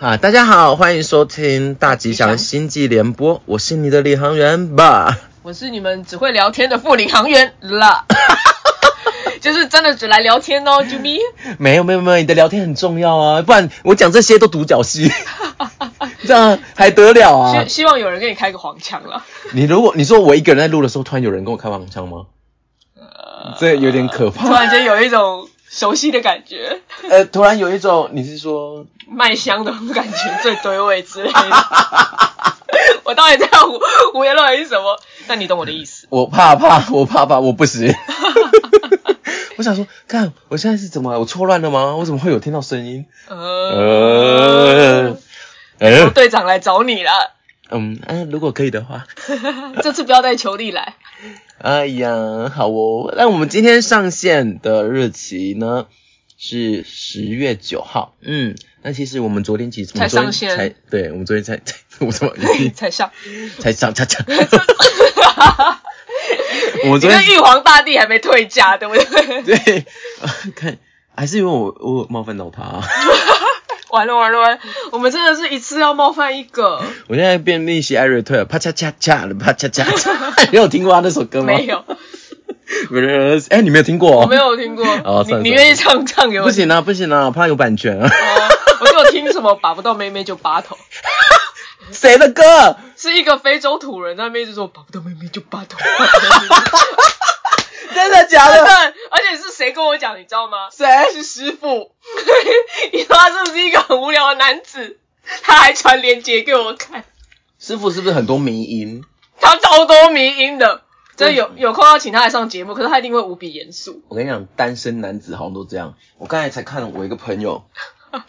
啊，大家好，欢迎收听大吉祥星际联播，我是你的领航员吧。我是你们只会聊天的副领航员了，就是真的只来聊天哦，啾咪。 没有没有没有，你的聊天很重要啊，不然我讲这些都独角戏， 这样还得了啊希？希望有人给你开个黄腔了。你如果你说我一个人在录的时候，突然有人跟我开黄腔吗？这有点可呃突怕。然间有一种熟悉的感觉， 呃，突然有一种你是说麦香的感觉，最对味之类的。 我到底在胡胡言乱语什么？但你懂我的 意思。我怕怕，我怕怕，我不 行。我想说，看我现在是怎么了？我错乱了吗？我怎么会有听到声音？呃呃，，呃，队长来找你了， 嗯，嗯，如果可以的话，这次不要带球力 来。哎呀，好哦。那我们今天上线的日期呢是十月九号。嗯，那其实我们昨天其实我们才昨天上线才对，我们昨天才我怎么才上，才上才 上，我们你昨天跟玉皇大帝还没退价，对 不对？对，呃看还是因为我我有冒犯到他、啊， 完了完了完了，我们真的是一次要冒犯一个，我现在变逆袭艾瑞特，啪嚓嚓嚓的啪嚓嚓嚓，你有听过他那首歌吗？哦没。有，不是，哎，你没有听过、哦？我没。有听过。哦算了你你算了愿意唱唱给我？不。行啊，不行啊，怕有版权啊。哦，我就有听什么把不到妹妹就拔头，谁的歌？是一个非洲土人在那边一直说把不到妹妹就拔头，拔不到妹妹就 真的假 拔头的？而且是谁跟我讲，你知道吗？谁？是师傅， 你说他是不是一个很无聊的男子？他还传链接给我看，师傅是不是很多迷音？他超多迷音的，真的有嗯有空要请他来上节目，可是他一定会无比严肃。我跟你讲，单身男子好像都这样。我刚才才看我一个朋友，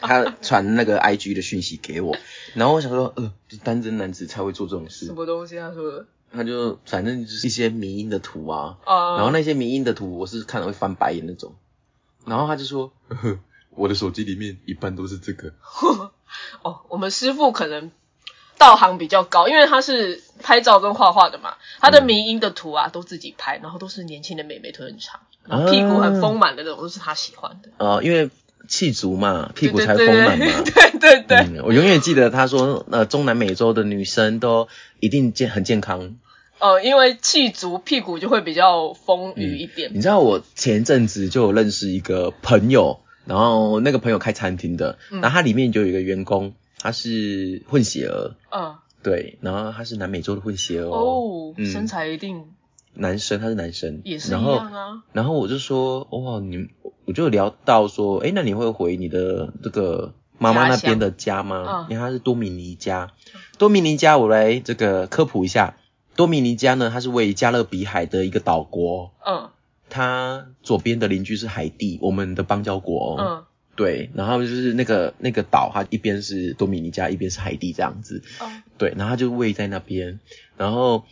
他传那个 IG 的讯息给我，然后我想说，呃，就单身男子才会做这种什事。么东西？他说的他就反正就是一些迷音的图啊，啊，然后那些迷音的图我是看了会翻白眼那种。然后他就说， 呵呵我的手机里面一般都是这个。哦，我们师傅可能道行比较高，因为他是拍照跟画画的嘛，他嗯的迷音的图啊、都自己拍，然后都是年轻的美眉腿很长，然啊后屁股很丰满的那种，都是他喜欢的。呃，因为气足嘛，屁股对才对丰对满嘛。对对对，嗯，我永远记得他说，呃，中南美洲的女生都一定健很健康。呃，因为气足，屁股就会比较丰腴一点。你知道我前阵子就有认识一个朋友，然后那个朋友开餐厅的，嗯然后他里面就有一个员工，他是混血儿，嗯，对，然后他是南美洲的混血儿哦，哦，嗯身材一定男生他是男生，也是然一后样啊。然后我就说，哇，你我就有聊到说，哎，那你会回你的这个妈妈那边的家吗？嗯因为她是多米尼加，多米尼加，我来这个科普一下，多米尼加呢，它是位于加勒比海的一个岛国，哦嗯它左边的邻居是海地，我们的邦交国，哦嗯对，然后就是那个那个岛，它一边是多米尼加，一边是海地这样子，嗯，对，然后他就喂在那边，然后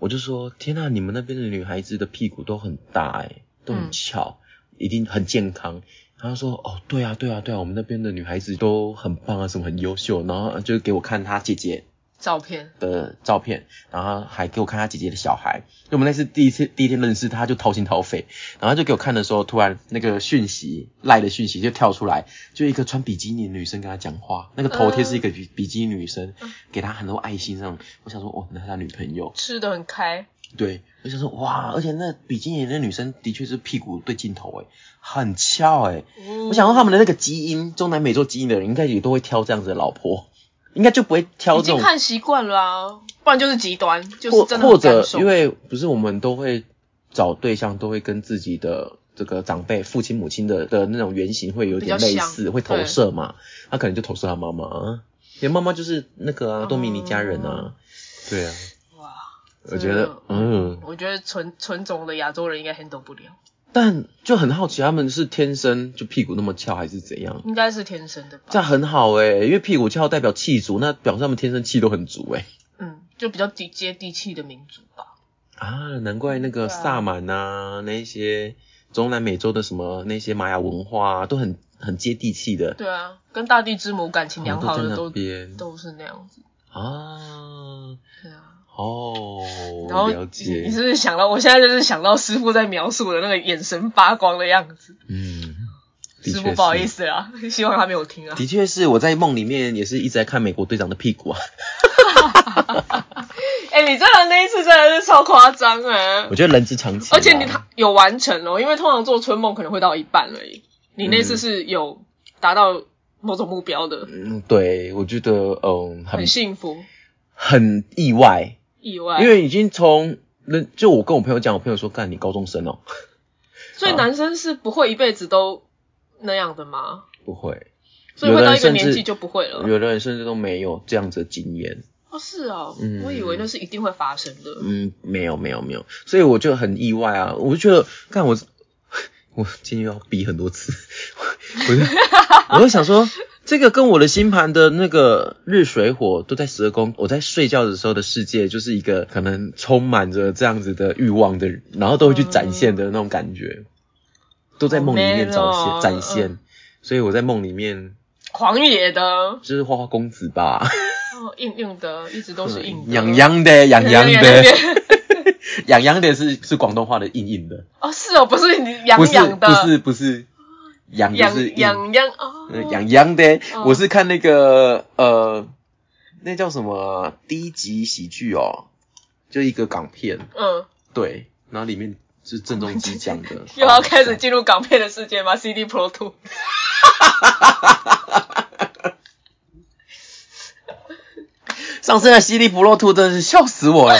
我就说：天呐，你们那边的女孩子的屁股都很大哎、都很嗯翘，一定很健康。他说：哦，对啊，对啊，对啊，我们那边的女孩子都很棒啊，什么很优秀。然后就给我看他姐姐照片的照片，然后还给我看他姐姐的小孩。因为我们那次第一次第一天认识，他就掏心掏肺，然后他就给我看的时候，突然那个讯息赖的讯息就跳出来，就一个穿比基尼的女生跟他讲话，那个头贴是一个比比基尼女生，嗯给他很多爱心上。我想说，哦，那是他女朋友。吃的很开，对，我想说，哇，而且那比基尼的女生的确是屁股对镜头，诶，很翘，诶。我我想说他们的那个基因，中南美洲基因的人应该也都会挑这样子的老婆，应该就不会挑已这经种看习惯了啊，不然就是极端，就是或真的或很干者瘦因为不是我们都会找对象，都会跟自己的这个长辈、父亲、母亲的的那种原型会有点比较类像似，会投对射嘛。他可能就投射他妈妈啊，因为妈妈就是那个啊，多米尼加人啊。对啊，哦哇，我觉得嗯，我觉得纯纯种的亚洲人应该 handle 不了，但就很好奇，他们是天生就屁股那么翘，还是怎样？应该是天生的吧？这样很好诶、因为屁股翘代表气足，那表示他们天生气都很足欸诶、嗯，就比较地接地气的民族吧。啊，难怪那个对啊萨满啊，那一些中南美洲的什么那些玛雅文化、啊，都很很接地气的，啊对啊，跟大地之母感情良好都在的那都边都是那样子。啊。对啊，哦，然后了你你解是，不是想到？我现在就是想到师傅在描述的那个眼神发光的样子。嗯，的确师傅是不好意思啦， 希望他没有听啊。的确是我在梦里面也是一直在看美国队长的屁股啊， 哎、你真的那一次真的是超夸张哎我！觉得人之常情啊、而且你他有完成哦，因为通常做春梦可能会到一半而已，你那次嗯是有达到某种目标的，嗯，对，我觉得嗯很很幸福，很意外，意外。因为已经从那就我跟我朋友讲，我朋友说干你高中生哦，所以男生是不会一辈子都那样的吗？不会，所以会到有的人一个甚至年纪就不会了。有的人甚至都没有这样子的经验，哦，是哦，嗯我以为那是一定会发生的。嗯，没有没有没有，所以我就很意外啊，我就觉得干我 我今天又要比很多次，我 就我就想说。这个跟我的星盘的那个日水火都在十二宫，我在睡觉的时候的世界就是一个可能充满着这样子的欲望的，然后都会去展现的那种感觉，都在梦里面展好现、 man 哦展现嗯。所以我在梦里面狂野的，哦，就是花花公子吧，硬硬的，一直都是硬的。嗯痒痒的，痒痒 痒的痒，的。痒痒的是是广东话的硬硬的，哦，是哦，不是你痒不是痒的，不是不是痒就痒是硬痒痒哦，呃痒痒的。哦我是看那个呃，那叫什么低级喜剧哦，就一个港片，嗯，对，然后里面是郑中基讲的 ，又要开始进入港片的世界 吗？CD Pro Two， 上次的《犀利不落兔》真的是笑死我了，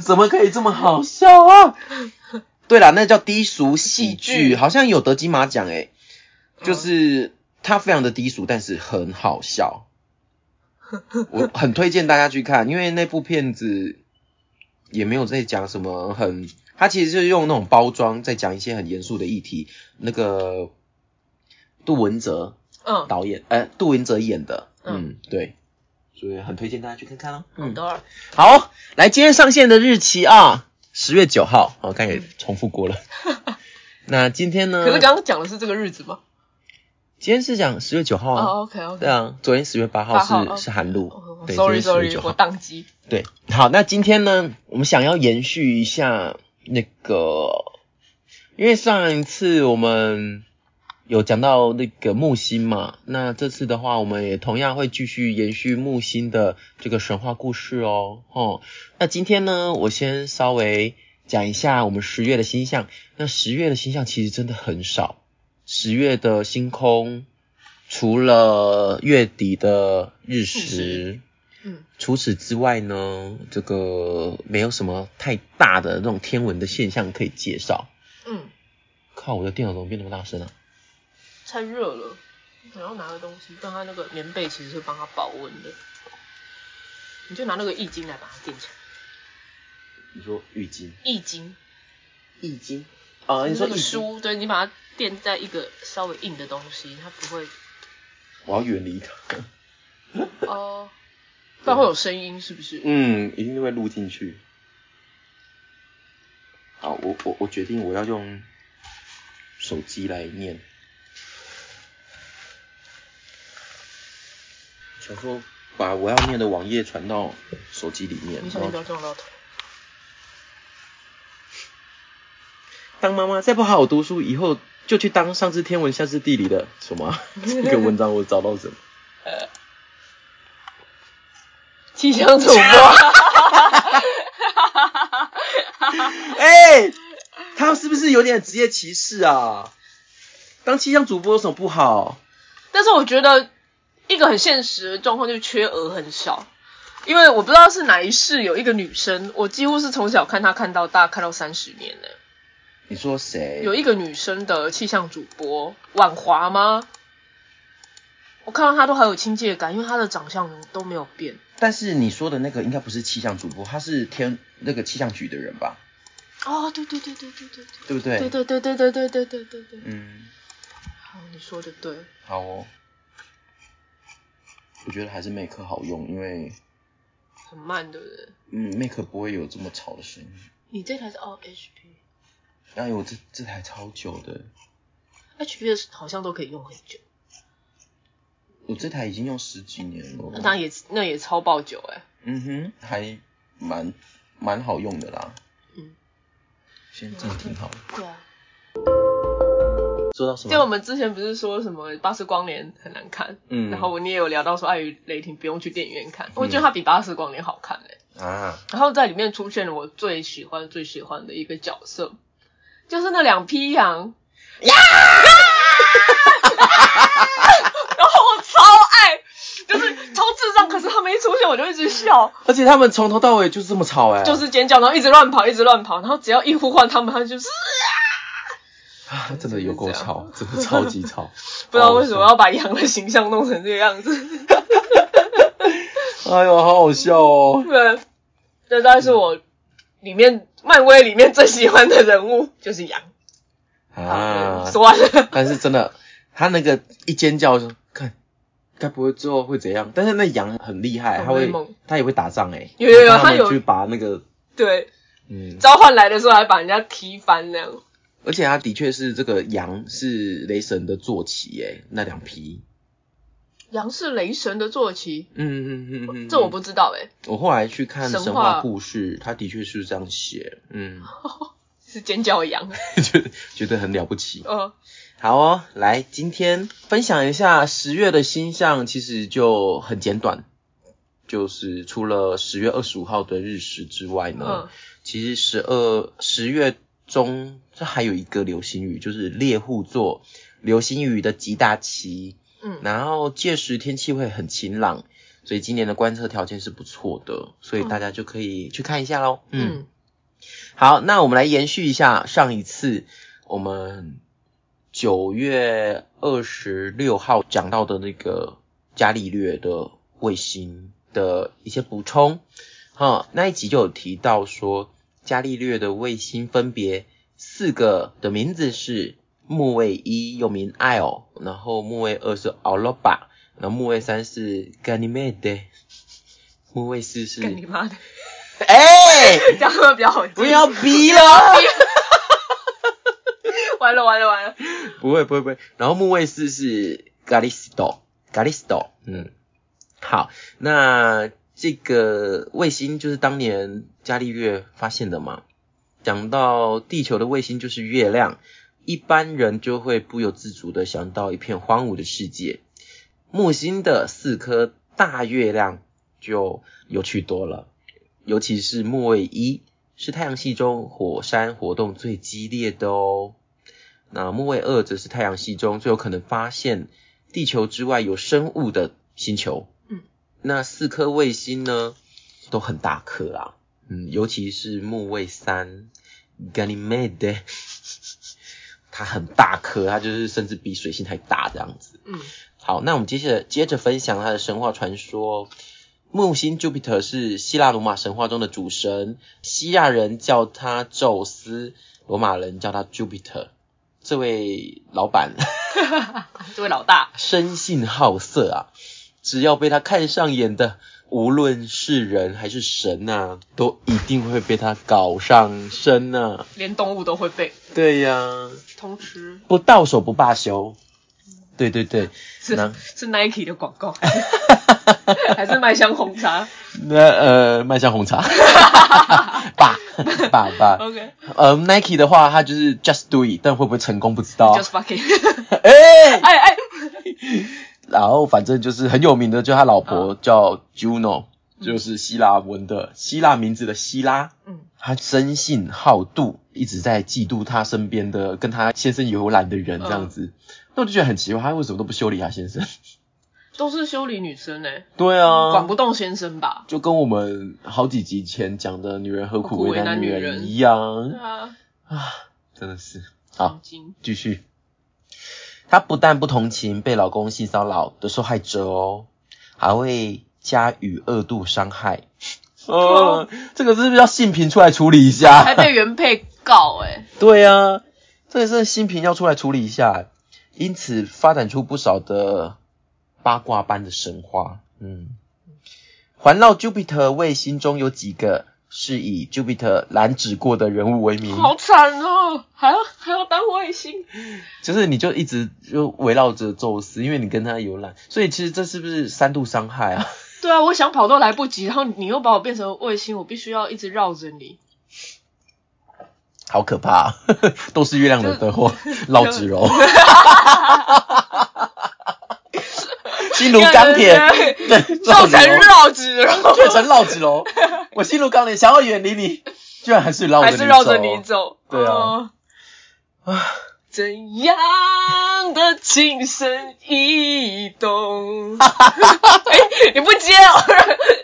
怎么可以这么好笑啊？对啦，那叫低俗喜喜剧剧，好像有得金马奖诶、就是它非常的低俗，但是很好笑，我很推荐大家去看，因为那部片子也没有在讲什么很，它其实就是用那种包装在讲一些很严肃的议题。那个杜文泽嗯，导演，呃，杜文泽演的，嗯嗯，对，所以很推荐大家去看看哦。嗯，等会儿好，来今天上线的日期啊，十月九号，我、刚才也重复 过了。那今天呢？可是刚刚讲的是这个日子吗？今天是讲十月九号啊。哦，OK OK，对啊，昨天十月八号是八号哦是寒露，对，sorry 今天 sorry，十月九我号。宕机，对，好，那今天呢，我们想要延续一下那个，因为上一次我们有讲到那个木星嘛，那这次的话，我们也同样会继续延续木星的这个神话故事哦，哦，那今天呢，我先稍微讲一下我们十月的星象。那十月的星象其实真的很少，十月的星空除了月底的日日食食。嗯，除此之外呢，这个没有什么太大的那种天文的现象可以介绍。嗯，靠，我的电脑怎么变那么大声啊？太热了，可能要拿个东西，不然它那个棉被其实是帮它保温的，你就拿那个易经来把它垫起来，你说浴巾？易经，浴巾？啊，你那说个浴巾？书，对你把它垫在一个稍微硬的东西，它不会我要远离 它。哦，不然会有声音是不是？嗯，一定会录进去。好，我我我决定我要用手机来念。想说把我要念的网页传到手机里面，你小然后心不要撞到头。当妈妈再不好好读书，以后就去当上知天文下知地理的什么啊？ 这个文章我找到什么？气象主播，哎、他是不是有点职业歧视啊？当气象主播有什么不好？但是我觉得一个很现实的状况就是缺额很少，因为我不知道是哪一世有一个女生，我几乎是从小看她看到大，看到三十年呢、你说谁？有一个女生的气象主播婉华吗？我看到她都还有亲切感，因为她的长相都没有变。但是你说的那个应该不是气象主播，他是天那个气象局的人吧？哦，对对对对对对对。对不对？对对对对对对对对对对，嗯，好，你说的对，好哦。我觉得还是 Make 好用，因为很慢，对不对？嗯 Make 不会有这么吵的声音。你这台是哦 HP，HP 哎呦，这这台超久的，的好像都可以用很久，我这台已经用十几年了。那也那也超爆久哎、嗯哼，还蛮蛮好用的啦。嗯，先暂停好了。对啊。说到什就我么？们之前不是说什么《巴斯光年》很难看，嗯然后我你也有聊到说《爱与雷霆》不用去电影院看，我觉得它比《巴斯光年》好看哎、啊，然后在里面出现了我最喜欢最喜欢的一个角色，就是那两匹羊。呀！ 然后我超爱，就是超智障，可是他们一出现我就一直笑，而且他们从头到尾就是这么吵哎、就是尖叫，然后一直乱跑，一直乱跑，然后只要一呼唤他们，他们就是啊真的有够吵，真的超级吵， 不知道为什么要把羊的形象弄成这个样子。哎呦，好好笑哦！ 对，这大概是我里面漫威里面最喜欢的人物就是羊。好啊，说完了。但是真的，他那个一尖叫就看，该不会最后会怎样？但是那羊很厉害，好它会威猛，它也会打仗哎、有有有然后它有们去把那个，对，嗯，召唤来的时候还把人家踢翻那样。而且它的确是这个羊是雷神的坐骑哎、那两匹，羊是雷神的坐骑，嗯嗯嗯嗯嗯，这我不知道哎、我后来去看神神话话故事，它的确是这样写，嗯，是尖叫羊。 觉得觉得很了不起。呃，好哦，来今天分享一下十月的星象，其实就很简短，就是除了十月二十五号的日食之外呢，嗯其实十二十月中这还有一个流星雨，就是猎户座流星雨的极大期，嗯，然后届时天气会很晴朗，所以今年的观测条件是不错的，所以大家就可以去看一下喽。嗯嗯，好，那我们来延续一下上一次我们九月二十六号讲到的那个伽利略的卫星的一些补充。哈，那一集就有提到说，伽利略的卫星分别四个的名字是木卫一，又名艾尔，然后木卫二是奥罗巴，然后木卫三是 Ganymede，木卫四是干你妈的， 哎、这样会比较好记。不要逼了。 完了完了完了，不会不会不会。然后木卫四是 Galisto Galisto，嗯，好，那这个卫星就是当年伽利略发现的嘛。讲到地球的卫星就是月亮，一般人就会不由自主的想到一片荒芜的世界。木星的四颗大月亮就有趣多了，尤其是木卫一，是太阳系中火山活动最激烈的哦。那木卫二则是太阳系中最有可能发现地球之外有生物的星球。嗯，那四颗卫星呢都很大颗啊，嗯，尤其是木卫三 Ganymede，它很大颗，它就是甚至比水星还大这样子。 嗯好，那我们接着接着分享它的神话传说。木星 Jupiter 是希腊罗马神话中的主神，希腊人叫他宙斯，罗马人叫他 Jupiter。这位老板 这位老大，生性好色啊，只要被他看上眼的，无论是人还是神呐、都一定会被他搞上身呐、连动物都会被对呀、通吃，不到手不罢休。对对对，是能是 Nike 的广 告，还是麦香红茶那呃，麦香红茶，爸爸爸， ？OK，just 呃，Nike 的话，它就是 Just Do It，但会不会成功不知道啊。 fucking， 哎、哎哎，然后反正就是很有名的，就他老婆叫 Juno，、就是希腊文的希腊名字的希拉。嗯他生性好妒，一直在嫉妒他身边的跟他先生有染的人这样子。那我就觉得很奇怪，他为什么都不修理他先生？都是修理女生哎，对啊，管不动先生吧？就跟我们好几集前讲的“女人何苦为难女何苦为难女人人”一样对啊，啊，真的是好神。经，继续，她不但不同情被老公性骚扰的受害者哦，还会加予二度伤害。哦哦， 这个是不是要性平出来处理一还下？被原配告哎。对啊，这个是性平要出来处理一下，因此发展出不少的八卦般的神话。嗯，环绕 Jupiter 卫星中有几个是以 Jupiter 染指过的人物为名，好惨哦，还要还要当卫星，就是你就一直就围绕着宙斯，因为你跟他有染，所以其实这是不是三度伤害啊？ 对啊，我想跑都来不及，然后你又把我变成卫星，我必须要一直绕着你。好可怕、啊， 都是月亮惹的祸，老子柔， 心如钢铁，造成哦绕指柔，变成老子柔。我心如钢铁，想要远离你，居然还是绕着还是绕着你走。对啊哦，怎样的情深意 动？哎、你不接哦，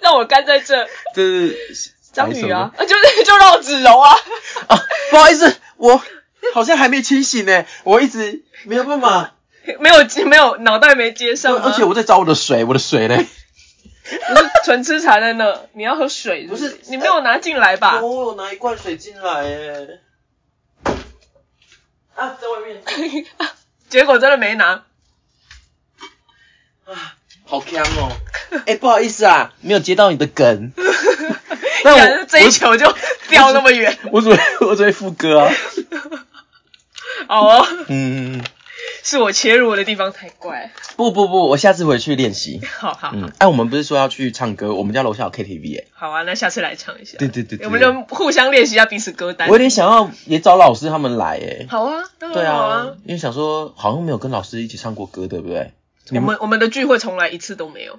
让我干在这。这是哎张宇啊，啊就是就绕指柔啊，啊，不好意思，我好像还没清醒呢，我一直没有办法，没有接没有脑袋没接上、啊，而且我在找我的水，我的水嘞，不是纯吃茶的呢，你要喝水是不是你没有拿进来吧？哦我有拿一罐水进来哎，啊，在外面结果真的没拿，啊，好香 哦，哎、不好意思啊，没有接到你的梗，但 感觉我这一球就掉那么远，我只会我只会副歌啊，好哦，嗯，是我切入我的地方太怪，不不不，我下次回去练习，好好。嗯，哎、我们不是说要去唱歌，我们家楼下有 KTV 哎、好啊，那下次来唱一下。对对对对我们就互相练习一下彼此歌单我。有点想要也找老师他们来哎、好啊，当对然好啊。啊，因为想说好像没有跟老师一起唱过歌，对不对？我们我们的聚会从来一次都没有。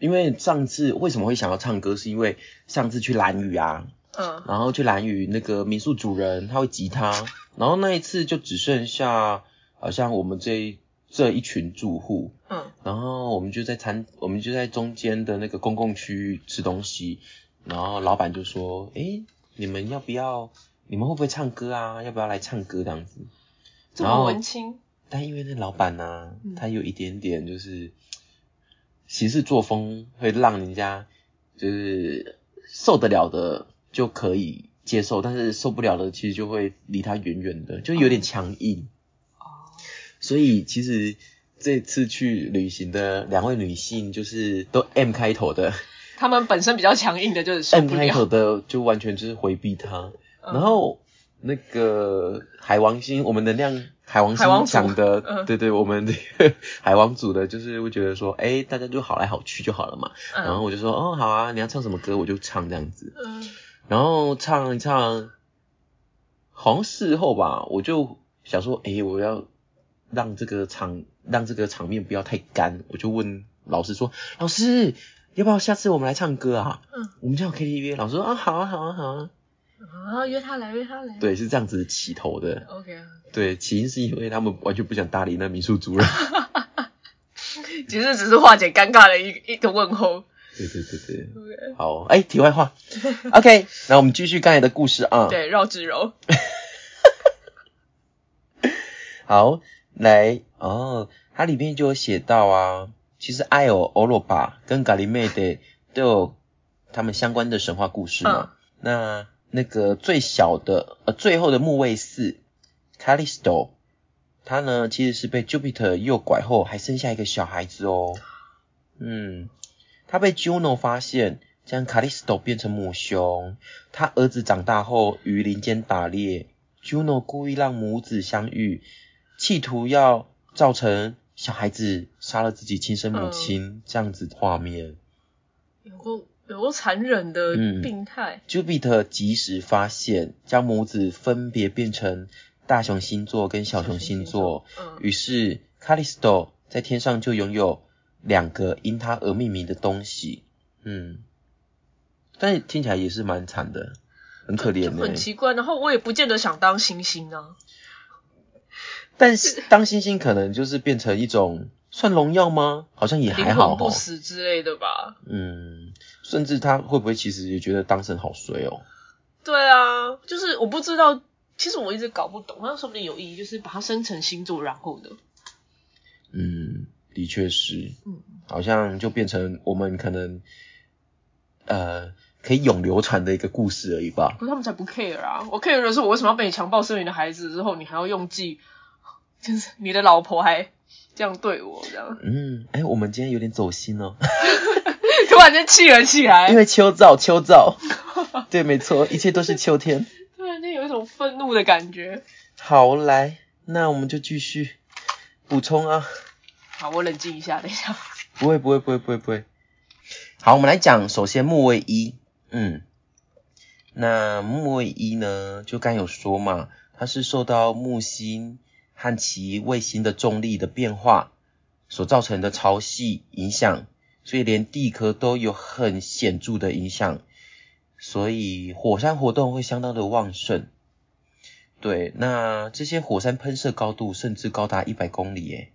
因为上次为什么会想要唱歌，是因为上次去蓝屿啊，嗯，然后去蓝屿那个民宿主人他会吉他，然后那一次就只剩下好像我们这一这一群住户，嗯，然后我们就在餐，我们就在中间的那个公共区域吃东西，然后老板就说：“诶，你们要不要？你们会不会唱歌啊？要不要来唱歌这样子？”这然么后文青，但因为那老板呢、嗯他有一点点就是行事作风会让人家就是受得了的就可以接受，但是受不了的其实就会离他远远的，就有点强硬。所以其实这次去旅行的两位女性，就是都 M 开头的他们本身比较强硬的，就是受 M 不开了。头的，就完全就是回避他。嗯然后那个海王星，我们能量海王海王星组讲的，嗯对对，我们这个海王组的，就是会觉得说，哎，大家就好来好去就好了嘛。然后嗯我就说，哦，好啊，你要唱什么歌我就唱这样子。嗯，然后唱一唱，好像事后吧，我就想说，哎，我要让这个场让这个场面不要太干，我就问老师说，老师要不要下次我们来唱歌啊？嗯，我们家有 KTV，老师说啊，好啊，好啊，好啊。啊，约他来，约他来。对，是这样子起头的。 ，OK。啊对，起因是因为他们完全不想搭理那民宿主人。其实只是化解尴尬的一一个问候。对对对对， OK 好，哎、题外话，OK，那我们继续刚才的故事啊。，对，绕指柔。好，来，哦，它里面就有写到啊，其实艾尔欧罗巴跟咖喱妹的都有他们相关的神话故事嘛。那那个最小的呃最后的木卫四 Callisto，他呢其实是被 Jupiter 诱拐后还生下一个小孩子哦。嗯，他被 Juno 发现，将 Callisto 变成母熊。他儿子长大后于林间打猎，Juno 故意让母子相遇，企图要造成小孩子杀了自己亲生母亲、这样子的画面。有够有够残忍的嗯病态。 Jupiter 及时发现，将母子分别变成大熊星座跟小熊星座。嗯于是 Callisto 在天上就拥有两个因他而命名的东西。嗯，但是听起来也是蛮惨的，很可就怜欸很的、奇怪，然后我也不见得想当星星啊，但是当星星可能就是变成一种算荣耀吗？好像也还灵好魂不哦。死之类的吧？嗯，甚至他会不会其实也觉得当神好衰哦？对啊，就是我不知道，其实我一直搞不懂，那说不定有意义，就是把它生成星座，然后呢？嗯，的确是。嗯，好像就变成我们可能呃可以永流传的一个故事而已吧。可是他们才不 care 啊！我 care 的是我为什么要被你强暴生你的孩子之后，你还要用计，就是你的老婆还这样对我，这样 嗯，哎、我们今天有点走心哦，突然间气了起因来，为秋燥，秋燥，对，没错，一切都是秋天。突然间有一种愤怒的感觉。好，来，那我们就继续补充啊，好，我冷静一下，等一下。 不会，不会，不会，不会，不会。好，我们来讲，首先木卫一，嗯，那木卫一呢，就刚有说嘛，它是受到木星和其卫星的重力的变化所造成的潮汐影响，所以连地壳都有很显著的影响，所以火山活动会相当的旺盛。对，那这些火山喷射高度甚至高达一百公里耶。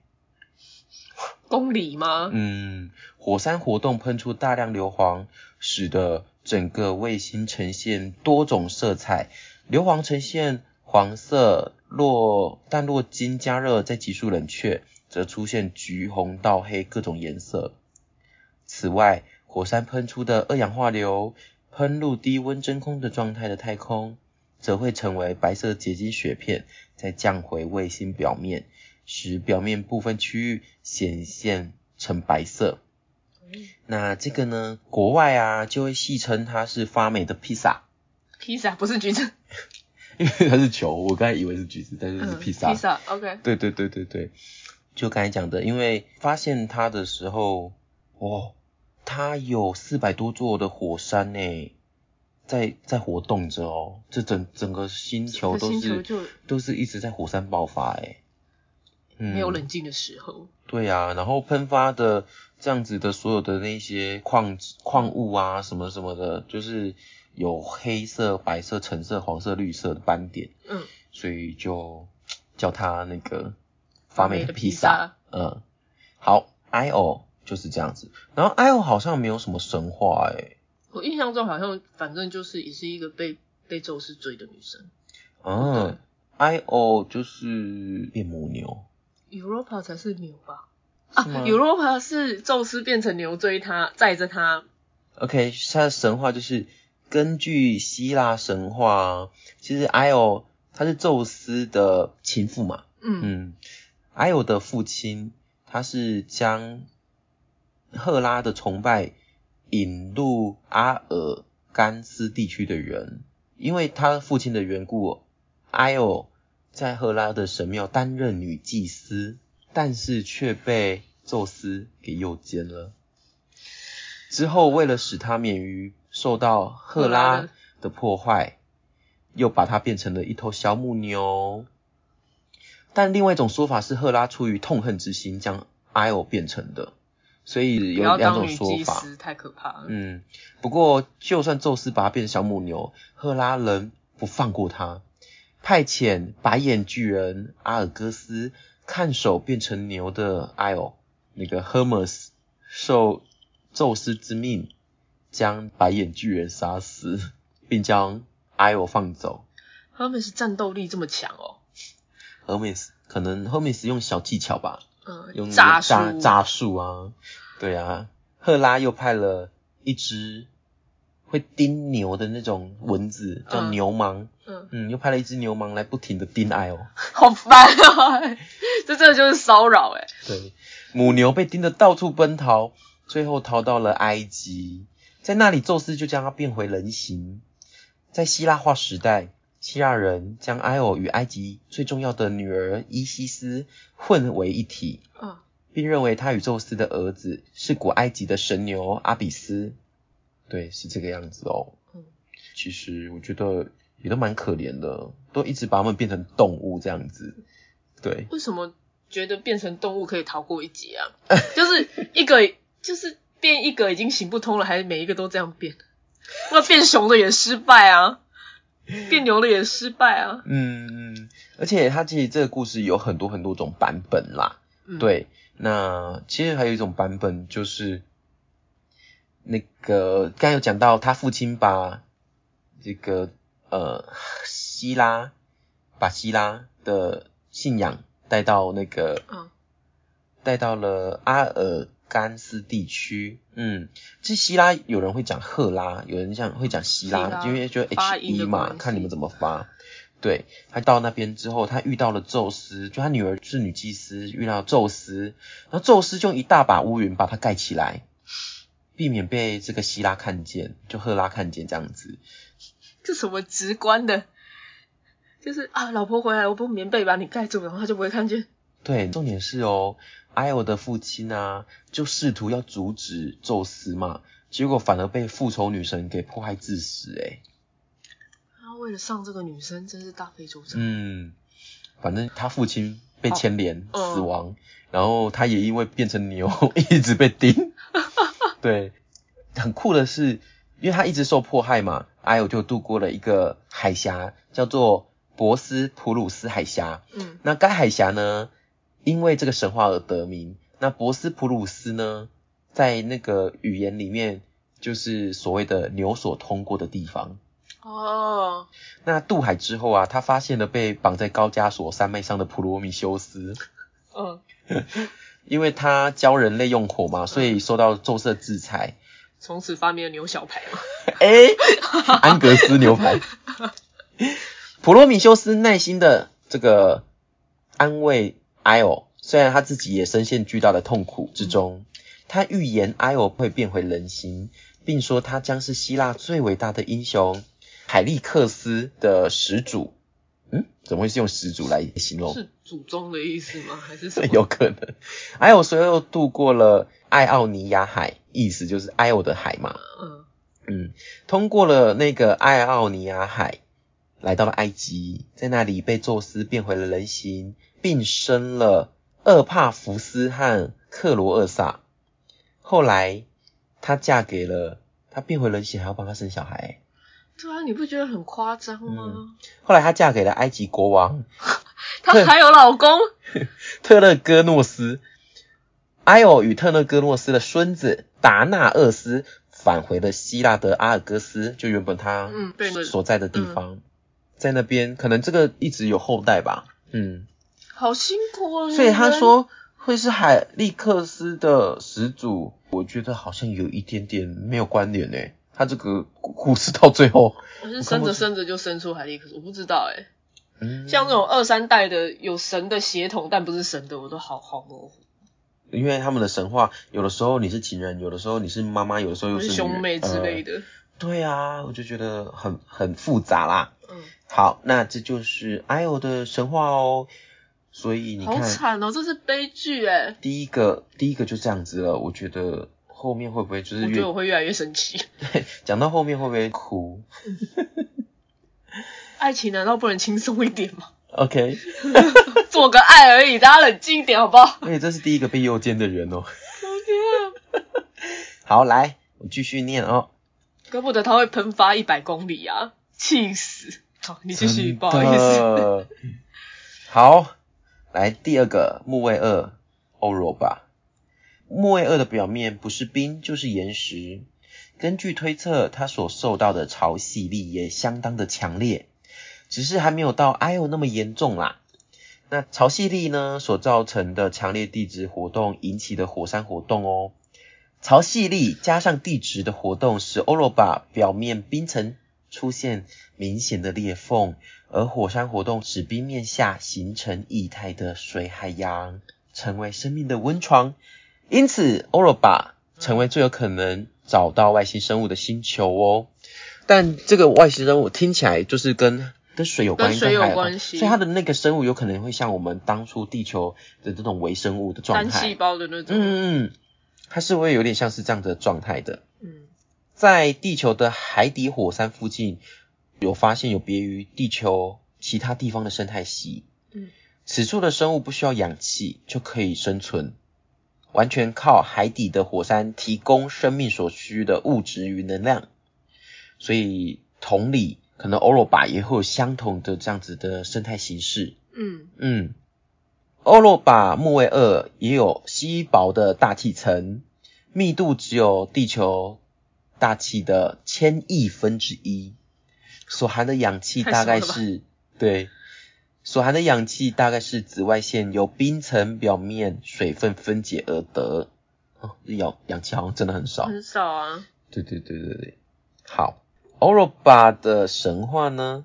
公里吗？嗯，火山活动喷出大量硫磺，使得整个卫星呈现多种色彩。硫磺呈现黄色，若但若经加热再急速冷却，则出现橘红到黑各种颜色。此外，火山喷出的二氧化硫喷入低温真空的状态的太空，则会成为白色结晶雪片，再降回卫星表面，使表面部分区域显现成白色。嗯那这个呢，国外啊就会戏称它是发霉的披萨，披萨不是橘子，因为它是球，我刚才以为是橘子，但是是嗯披萨。披萨，OK，对对对对对，就刚才讲的，因为发现它的时候，哦，它有四百多座的火山呢，在在活动着哦，这整整个星球都星球是就都是一直在火山爆发哎，嗯没有冷静的时候，对啊，然后喷发的这样子的所有的那些矿矿物啊，什么什么的，就是有黑色、白色、橙色、黄色、绿色的斑点，嗯，所以就叫它那个发霉的披发霉萨。嗯，好，IO 就是这样子。然后 IO 好像没有什么神话欸诶、我印象中好像反正就是也是一个被被宙斯追的女生嗯，IO 就是变母牛， ，Europa 才是牛吧？啊是吗、 ，Europa 是宙斯变成牛追她，载着她， OK，它的神话就是根据希腊神话，其实 Io 他是宙斯的情妇嘛，嗯，嗯，Io 的父亲他是将赫拉的崇拜引入阿尔甘斯地区的人，因为他父亲的缘故，Io 在赫拉的神庙担任女祭司，但是却被宙斯给诱奸了。之后，为了使他免于受到赫赫拉拉的破坏，又把他变成了一头小母牛。但另外一种说法是，赫拉出于痛恨之心将 Io 变成的，所以不有要两当种女说祭法。司太可怕了，嗯，不过就算宙斯把他变成小母牛，赫拉人不放过他，派遣白眼巨人阿尔戈斯看守变成牛的艾欧，那个 Hermes 受宙斯之命，将白眼巨人杀死，并将艾欧放走。他们是战斗力这么强哦， Hermes 可能 Hermes 用小技巧吧，用嗯，那个诈诈术，诈术啊，对啊，赫拉又派了一只会叮牛的那种蚊子，叫嗯牛虻，嗯，嗯，又派了一只牛虻来不停的叮爱哦。 好烦啊、 这真的就是骚扰哎，对，母牛被叮得到处奔逃，最后逃到了埃及，在那里，宙斯就将它变回人形。在希腊化时代，希腊人将埃欧与埃及最重要的女儿伊西斯混为一体，啊，并认为他与宙斯的儿子是古埃及的神牛阿比斯。对，是这个样子哦。嗯其实我觉得也都蛮可怜的，都一直把他们变成动物这样子。对，为什么觉得变成动物可以逃过一劫 啊？就是一个就是变一个已经行不通了，还每一个都这样变，那变熊的也失败 啊，变牛的也失败啊。嗯嗯，而且他其实这个故事有很多很多种版本啦。嗯，对，那其实还有一种版本就是那个刚刚有讲到他父亲把这个呃希拉把希拉的信仰带到那个嗯带到了阿尔甘斯地区。嗯，这希拉有人会讲赫拉，有人讲会讲希希拉，拉因为就发 H 音 E 的嘛，关系看你们怎么发。对他到那边之后，他遇到了宙斯，就他女儿是女祭司，遇到宙斯，然后宙斯就用一大把乌云把他盖起来，避免被这个希拉看见，就赫拉看见这样子。这什么直观的，就是啊，老婆回来，我用棉被把你盖住，然后他就不会看见。对，重点是哦，艾欧的父亲啊，就试图要阻止宙斯嘛，结果反而被复仇女神给迫害致死、欸。啊为了上这个女生，真是大费周章。嗯，反正他父亲被牵连、哦嗯死亡，然后他也因为变成牛 一直被 盯。对，很酷的是，因为他一直受迫害嘛，艾欧就度过了一个海峡，叫做博斯普鲁斯海峡。嗯那该海峡呢，因为这个神话而得名。那博斯普鲁斯呢，在那个语言里面就是所谓的牛所通过的地方。哦，那渡海之后啊，他发现了被绑在高加索山脉上的普罗米修斯，嗯，因为他教人类用火嘛，所以受到宙斯的制裁。从此发明了牛小排嘛。哎、安格斯牛排。普罗米修斯耐心的这个安慰埃欧，虽然他自己也深陷巨大的痛苦之中，他预言埃欧会变回人形，并说他将是希腊最伟大的英雄海利克斯的始祖。嗯，怎么会是用始祖来形容？是祖宗的意思吗？还是什么？哎有可能。埃欧随后渡过了爱奥尼亚海，意思就是埃欧的海嘛。嗯嗯，通过了那个爱奥尼亚海，来到了埃及，在那里被宙斯变回了人形，并生了厄帕福斯和克罗厄萨。后来，她嫁给了她变回人形，还要帮她生小孩。对啊，你不觉得很夸张吗？后来，她嫁给了埃及国王她还有老公，特勒戈诺斯。埃欧与特勒戈诺斯的孙子达纳厄斯返回了希腊的阿尔戈斯，就原本他嗯，被那所在的地方，在那边可能这个一直有后代吧，嗯，好辛苦哦。所以他女人，说会是海利克斯的始祖，我觉得好像有一点点没有关联诶、他这个故故事到最后，我是生着生着就生出海利克斯，我不知道哎、嗯，像这种二三代的有神的血统，但不是神的，我都好哦好模糊。因为他们的神话，有的时候你是情人，有的时候你是妈妈，有的时候又不是女兄妹之类的、的。呃对啊，我就觉得很很复杂啦。嗯，好，那这就是艾欧的神话哦，所以你好看，惨哦，这是悲剧哎。第一个第一个就这样子了，我觉得后面会不会就是我觉越得我会越来越生气。讲到后面会不会哭爱情难道不能轻松一点吗？ ？OK，做个爱而已，大家冷静一点好不好？而且这是第一个被诱奸的人哦。我天啊， 好，来我继续念哦。怪不得他会喷发一百公里啊，气死！好，你继真续，的不好意思。。 好，来第二个木卫二欧罗巴。木卫二的表面不是冰就是岩石，根据推测，它所受到的潮汐力也相当的强烈，只是还没有到 Io 那么严重啦。那潮汐力呢所造成的强烈地质活动引起的火山活动哦，潮汐力加上地质的活动，使欧罗巴表面冰层出现明显的裂缝，而火山活动使冰面下形成液态的水海洋，成为生命的温床。因此，欧罗巴成为最有可能找到外星生物的星球哦。但这个外星生物听起来就是跟跟水有关，跟水有海洋关系所以它的那个生物有可能会像我们当初地球的这种微生物的状单细态。胞的那种，嗯嗯，它是会有点像是这样的状态的。嗯在地球的海底火山附近，有发现有别于地球其他地方的生态系。嗯，此处的生物不需要氧气就可以生存，完全靠海底的火山提供生命所需的物质与能量。所以，同理，可能欧罗巴也会有相同的这样子的生态形式。嗯嗯，欧罗巴木卫二也有稀薄的大气层，密度只有地球大气的千亿分之一，所含的氧气大概太少是对，所含的氧气大概是紫外线由冰层表面水分分解而得。哦，氧氧气好像真的很少。很少啊。对对对对对，好，欧罗巴的神话呢？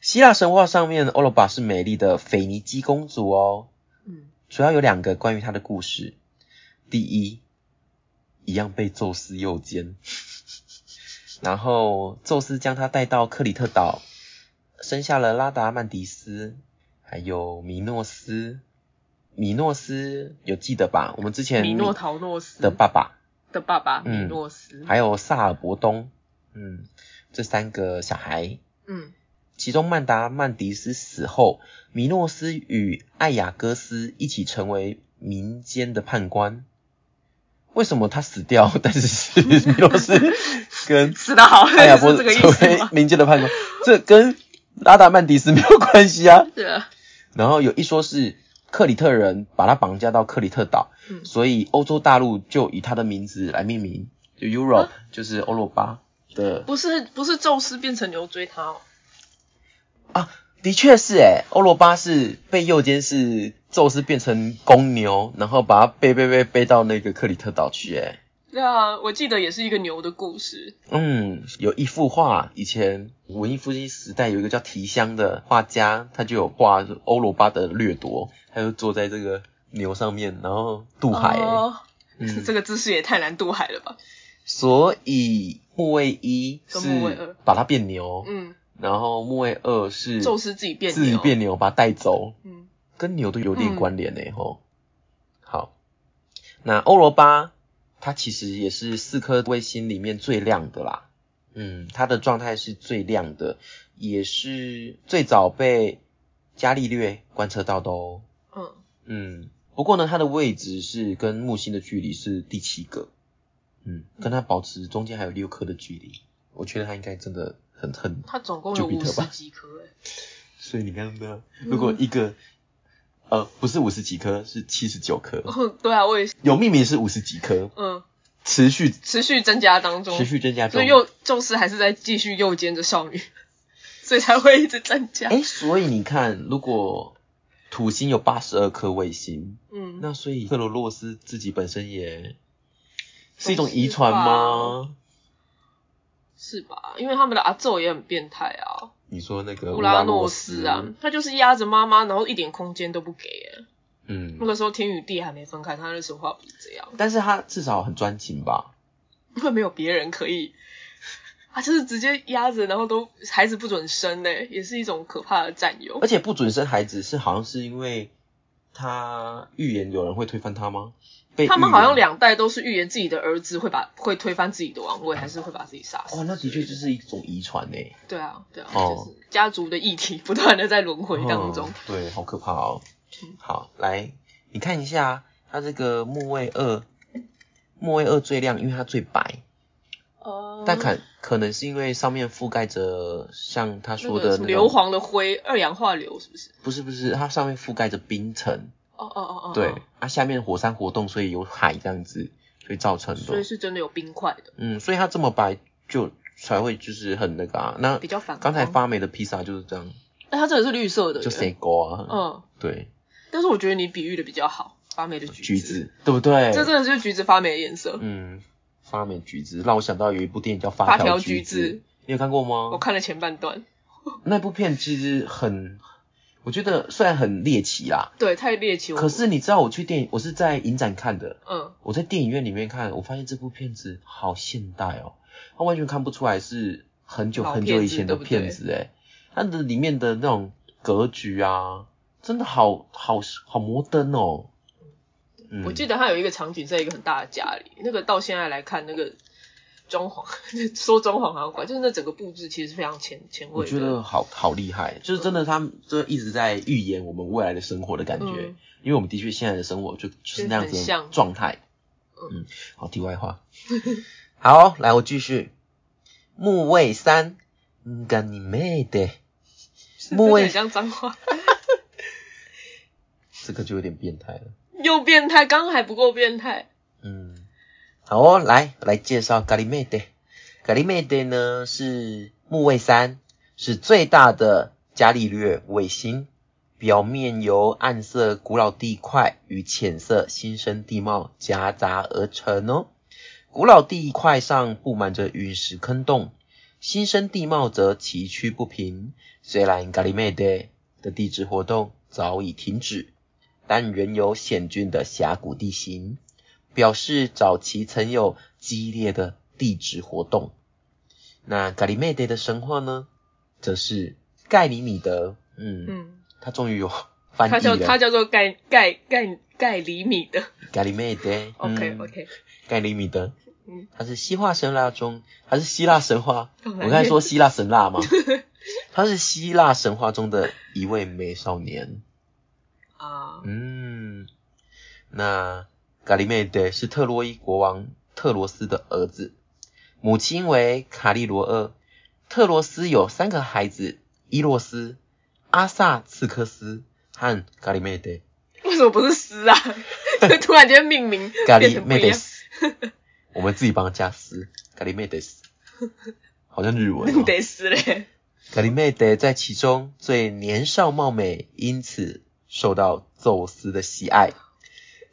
希腊神话上面，欧罗巴是美丽的腓尼基公主哦。嗯，主要有两个关于她的故事。第一，一样被宙斯诱奸， 然后宙斯将她带到克里特岛，生下了拉达曼迪斯，还有米诺斯。米诺斯有记得吧？我们之前米诺陶诺斯的爸爸，的爸爸米嗯诺斯，还有萨尔伯东，嗯，这三个小孩。嗯，其中曼达曼迪斯死后，米诺斯与艾雅戈斯一起成为民间的判官。为什么他死掉， 但是是米诺斯跟死得好，艾雅波 是这成个意思为 吗？民间的判官？这跟拉达曼迪斯没有关系 啊。是啊，然后有一说是克里特人把他绑架到克里特岛，嗯所以欧洲大陆就以他的名字来命名，就 Europe、就是啊欧罗巴的。不是不是宙斯变成牛追他哦，啊啊的确是诶，欧罗巴是被诱奸是宙斯变成公牛，然后把他背背背背到那个克里特岛去欸诶。对啊，我记得也是一个牛的故事，嗯，有一幅画，以前文艺复兴时代有一个叫提香的画家，他就有画欧罗巴的掠夺，他就坐在这个牛上面，然后渡海欸诶。哦 嗯这个姿势也太难渡海了吧？所以木卫一跟木卫是二把它变牛，嗯，然后木卫二是宙斯自己变嗯自己牛，变牛把它带走，嗯，跟牛都有点嗯关联呢、吼、好，那欧罗巴它其实也是四颗卫星里面最亮的啦，嗯，它的状态是最亮的，也是最早被伽利略观测到的哦。嗯，嗯，不过呢，它的位置是跟木星的距离是第七个，嗯，跟它保持中间还有六颗的距离，我觉得它应该真的很很，它总共有丘比五特十吧几颗哎，所以你看到，嗯如果一个、呃不是五十几颗，是七十九颗，哦，对啊，我也是，有命名是五十几颗，嗯，持续持续增加当中，持续增加中所以，又宙斯还是在继续诱奸着少女， 所以才会一直增加，哎，所以你看，如果土星有八十二颗卫星，嗯，那所以克罗洛斯自己本身也是一种总是遗传吧吗？是吧？因为他们的阿宙也很变态啊，你说那个乌拉拉诺斯啊斯，他就是压着妈妈，然后一点空间都不给哎。那嗯，个时候天与地还没分开，他那时候话不是这样，但是他至少很专情吧？因为没有别人可以，他就是直接压着，然后都孩子不准生嘞，也是一种可怕的占有而。且不准生孩子是好像是因为他预言有人会推翻他吗？被他们预言好像两代都是预言自己的儿子会把会推翻自己的王位，还是会把自己杀死。哦，那的确就是一种遗传欸呢，对啊，对啊，哦就是家族的议题不断的在轮回当中嗯。对，好可怕哦嗯。好，来你看一下他这个木卫二，木卫二最亮，因为它最白，哦但可可能是因为上面覆盖着像他那说的个什那种么硫，磺的灰，二氧化硫是不是？不是不是，它上面覆盖着冰层，哦哦哦哦，哦对，，它、下面火山活动，所以有海这样子，所以造成的。所以是真的有冰块的，嗯，所以它这么白就才会就是很那个啊。那比较反光。刚才发霉的披萨就是这样，哎，它真的是绿色的耶，就水果啊，嗯，对，但是我觉得你比喻的比较好，发霉的橘橘子，对不对？这真的就是橘子发霉的颜色。嗯，发霉橘子让我想到有一部电影叫《发发条橘橘子你有看过吗？我看了前半段，那部片其实很，我觉得虽然很猎奇啦，对，太猎奇。我可是你知道我去电影，我是在影展看的，嗯，我在电影院里面看，我发现这部片子好现代哦，它完全看不出来是很久老很久以片子前的对不对片子哎，它的里面的那种格局啊，真的好好好摩登哦。嗯，我记得它有一个场景在一个很大的家里，那个到现在来看那个装潢， 说装潢好像怪，就是那整个布置其实是非常前前我卫的。觉得好好厉害，就是真的，他们就一直在预言我们未来的生活的感觉，嗯因为我们的确现在的生活就就是那样子就很的像状态。嗯，好，题外话。好，来我继续。木卫三，嗯，干你妹的！木真的卫很像脏话， 这个就有点变态了。又变态，刚刚还不够变态。嗯，好哦，来来介绍咖喱妹的。咖喱妹的呢是木卫三，是最大的伽利略卫星，表面由暗色古老地块与浅色新生地貌夹杂而成哦。古老地块上布满着陨石坑洞，新生地貌则崎岖不平。虽然咖喱妹的的地质活动早已停止，但仍有险峻的峡谷地形。表示早期曾有激烈的地质活动。那伽利妹德的神话呢，则是盖里米德，嗯，啊嗯，他终于有翻它译叫它了，叫做盖盖盖盖厘米的。伽利妹德 OK 嗯 OK，盖里米德嗯，哦他是希腊神话中，他是希腊神话，干嘛 我刚才说希腊神话吗？她是希腊神话中的一位美少年。啊，嗯，那伽利妹德是特洛伊国王特罗斯的儿子，母亲为卡利罗厄。特罗斯有三个孩子：伊洛斯、阿萨次克斯和伽利妹德。为什么不是 斯啊？就突然间命名 咖变喱成不一妹得样，斯，我们自己帮他加斯，咖喱妹得斯，好像日 文、哦。得斯嘞。咖喱妹得在其中最年少貌美，因此受到宙斯的喜爱，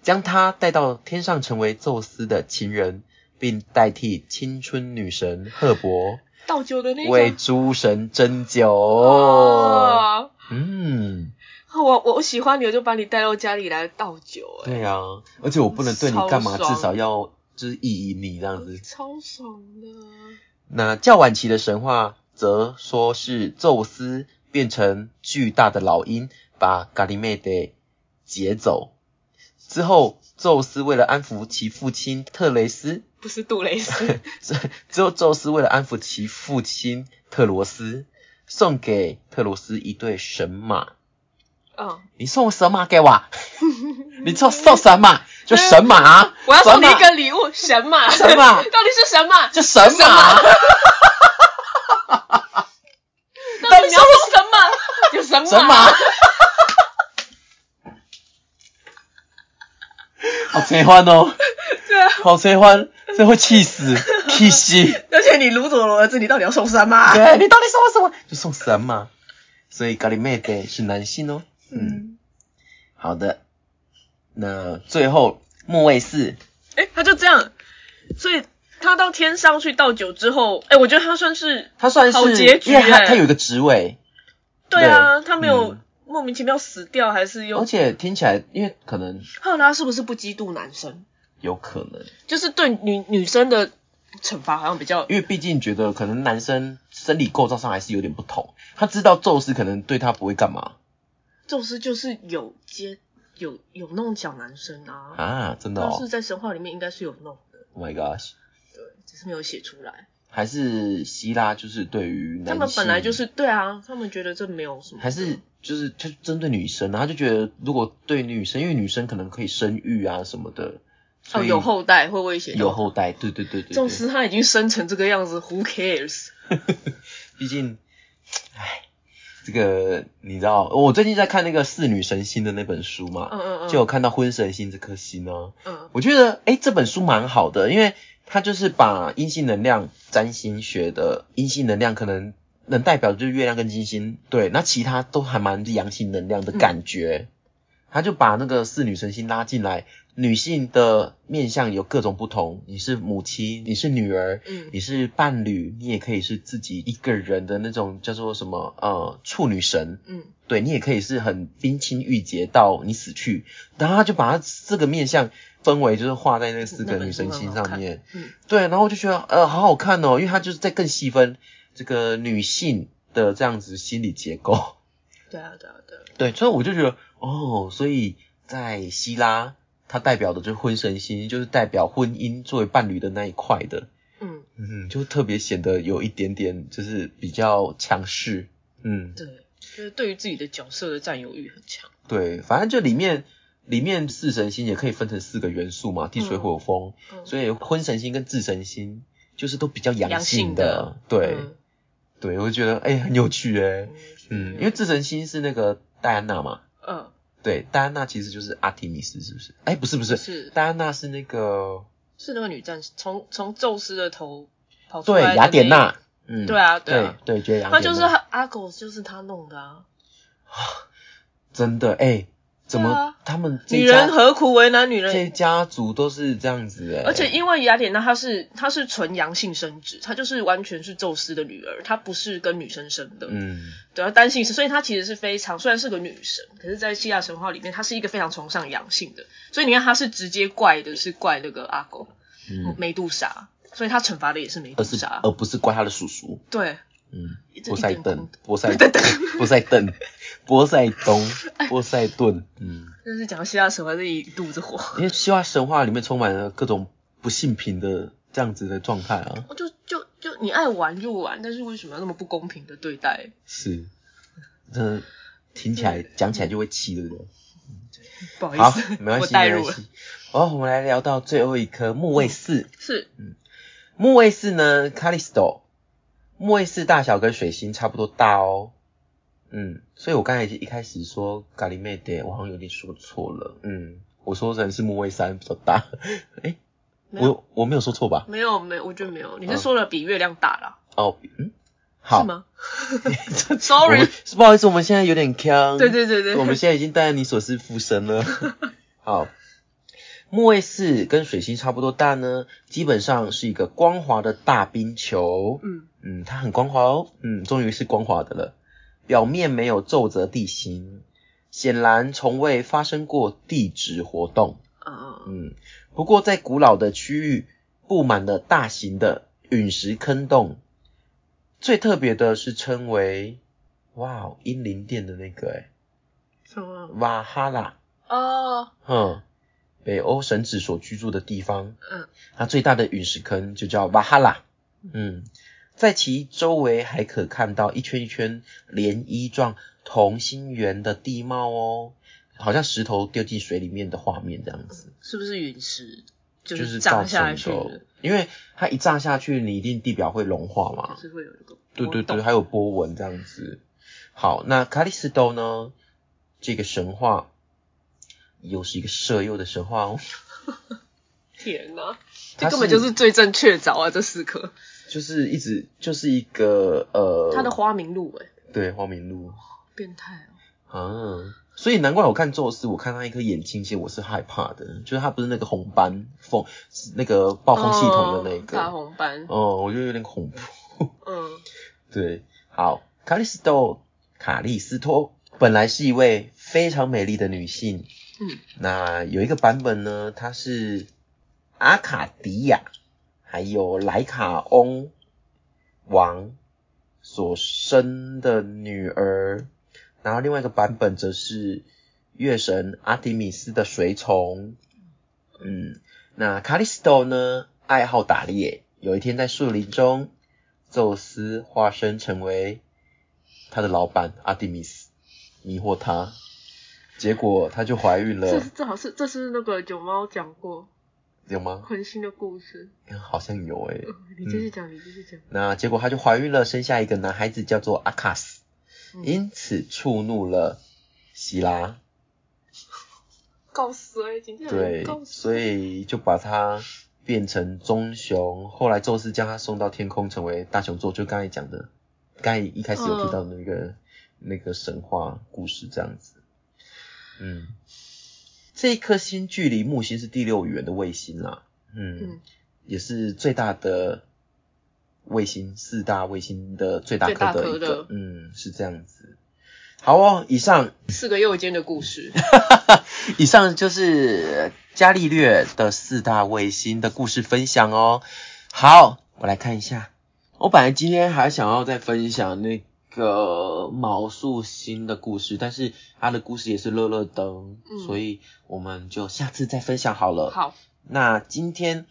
将她带到天上成为宙斯的情人，并代替青春女神赫伯倒酒的那为个。诸神斟酒。哦，嗯，我我我喜欢你，我就把你带到家里来倒酒、哎，对啊，而且我不能对你干嘛，超爽至少要就是意淫你这样子。超爽的。那较晚期的神话则说是宙斯变成巨大的老鹰，把伽利妹德劫走。之后，宙斯为了安抚其父亲特雷斯，不是杜蕾 斯，之之后宙斯为了安抚其父亲特罗斯，送给特罗斯一对神马。嗯，你送我神马给我，你送送神马就神马啊，嗯我要送你一神马个礼 物，神马，神马 到底是神马？就神马，啊到底你要送神马？ 有神马？神马， 好催欢哦。对啊，好催欢，这会气 死，气死！而且你掳走了我儿子，你到底要送神马？对你到底送我什么？就送神嘛。所以咖喱妹得是男性哦。嗯，嗯，好的。那最后木卫四，哎、他就这样，所以他到天上去倒酒之后，哎、我觉得他算是他算好是，结局因为他耶他有一个职位，对啊，他没有嗯哦莫名其妙死掉，还是而又且听起来，因为可能赫拉是不是不嫉妒男生？有可能，就是对女女生的惩罚好像比较因为毕竟觉得可能男生生理构造上还是有点不同。他知道宙斯可能对他不会干嘛宙斯就是有接有有弄小男生啊，啊，真的宙哦斯在神话里面应该是有弄的， ，Oh my gosh，只是没有写出来。还是希腊就是对于男他们本来性就是对啊，他们觉得这没有什么，还是就是就针对女生啊，然后就觉得如果对女生，因为女生可能可以生育啊什么的，所哦以有后代哦会威胁到有后代，对对对对宙对，斯他已经生成这个样子，Who cares？毕竟，唉，这个你知道，我最近在看那个《四女神星》的那本书嘛，嗯嗯嗯，就有看到婚神星这颗啊星呢、嗯我觉得诶这本书蛮好的，因为它就是把阴性能量占星学的阴性能量可能能代表就是月亮跟金星，对，那其他都还蛮阳性能量的感觉。它就把那个四女神星拉进来，女性的面相有各种不同，你是母亲，你是女儿。嗯你是伴侣，你也可以是自己一个人的那种叫做什么呃处女神，嗯对你也可以是很冰清玉洁到你死去，然后他就把他这个面相分为就是画在那四个女神星上面，嗯对，然后我就觉得呃好好看哦，因为他就是在更细分这个女性的这样子心理结构，对啊对啊对啊，对，所以我就觉得哦，所以在希腊它代表的就是婚神星，就是代表婚姻作为伴侣的那一块的，嗯嗯，就特别显得有一点点就是比较强势，嗯，对，就是对于自己的角色的占有欲很强。对，反正就里面里面四神星也可以分成四个元素嘛，地水火风，嗯所以婚神星跟智神星就是都比较阳阳性的的，对、嗯对，我就觉得哎、很有趣哎，嗯，因为智神星是那个戴安娜嘛，嗯对，戴安娜其实就是阿提米斯是不是？哎、不是不是，是戴安娜是那个是那个女战士，从从宙斯的头跑出对来的那雅典娜，嗯，对啊对对、啊，对，觉得雅典娜他就是他阿狗就是他弄的啊，真的哎、怎么、对啊他们这女家人何苦为难女这人？家族都是这样子哎、而且因为雅典娜她是她是纯阳性生殖，她就是完全是宙斯的女儿，她不是跟女生生的，嗯。对啊，单性生，所以她其实是非常虽然是个女神，可是在希腊神话里面，她是一个非常崇尚阳性的，所以你看她是直接怪的是怪那个阿狗嗯梅杜莎，所以她惩罚的也是梅杜而是莎，而不是怪他的叔叔，对，嗯，这波塞一点顿空，波塞顿， 波塞顿，波塞 冬，波塞顿，嗯，真是讲到希腊神话这一肚子火。 因为希腊神话里面充满了各种不性平的这样子的状态啊，就就就就你爱玩就玩，但是为什么要那么不公平的对待？是，真的听起来讲起来就会气，对不对？不好好意思，，没关 我系，带没入关了。系。哦，我们来聊到最后一颗木卫四。是木卫四呢，Callisto，木卫四大小跟水星差不多大哦。嗯，所以我刚才一开始说咖喱妹的，我好像有点说错了。嗯，我说人是木卫三比较大。 诶，没有我我没有说错吧？没有没有，我觉得没有，你是嗯说了比月亮大啦，哦，嗯，好 是吗 我们？Sorry，不好意思，我们现在有点坑。对对对对，我们现在已经带你所思附身了。 好，木卫四跟水星差不多大呢，基本上是一个光滑的大冰球。嗯嗯，它很光滑哦。嗯，终于是光滑的了，表面没有皱褶地形，显然从未发生过地质活动。嗯嗯，不过在古老的区域布满了大型的陨石坑洞，最特别的是称为哇哦英灵殿的那个诶什么？瓦哈拉，哦，哼，嗯北欧神子所居住的地方，嗯它最大的陨石坑就叫瓦哈拉。嗯，在其周围还可看到一圈一圈涟漪状同心圆的地貌哦，好像石头丢进水里面的画面这样子，是不是陨石？嗯就就是造炸成下的去的，因为它一炸下去，你一定地表会融化嘛，就是会有一个对对波对，动，还有波纹这样子。好，那卡里斯多呢？这个神话又是一个色诱的神话哦，天哪，它这根本就是最正确凿啊！这四颗，就是一直就是一个呃，它的花名录哎，对花明路变态啊，哦，所以难怪我看宙斯，我看他一颗眼睛，其实我是害怕的，就是他不是那个红斑风那个暴风系统的那哦大个，红斑，哦，我觉得有点恐怖。嗯，对，好，卡利斯多，卡利斯托本来是一位非常美丽的女性，嗯，那有一个版本呢，她是阿卡迪亚还有莱卡翁王所生的女儿，然后另外一个版本则是月神阿提米斯的随从，嗯，那卡利斯多呢，爱好打猎。有一天在树林中，宙斯化身成为他的老板阿蒂米斯，迷惑他，结果她就怀孕这了是，这好像是这是那个九猫讲过有吗？昆星的故事，好像有诶、嗯 你继续讲，你继续讲，那结果她就怀孕了，生下一个男孩子叫做阿卡斯，嗯因此触怒了希拉，告死哎，今天有对人告，死，所以就把他变成棕熊。后来宙斯将他送到天空，成为大熊座，就刚才讲的，刚才一开始有提到的那个、那个神话故事这样子。嗯，这一颗星距离木星是第六圆的卫星啦，嗯，嗯也是最大的卫星，四大卫星的最大最大颗的颗一个的，嗯，是这样子。好哦，以上 四个右肩的故事，以上就是伽利略的四大卫星的故事分享哦。好，我来看一下。我本来今天还想要再分享那个毛素星的故事，但是他的故事也是乐乐灯，嗯所以我们就下次再分享好了。 好，那今天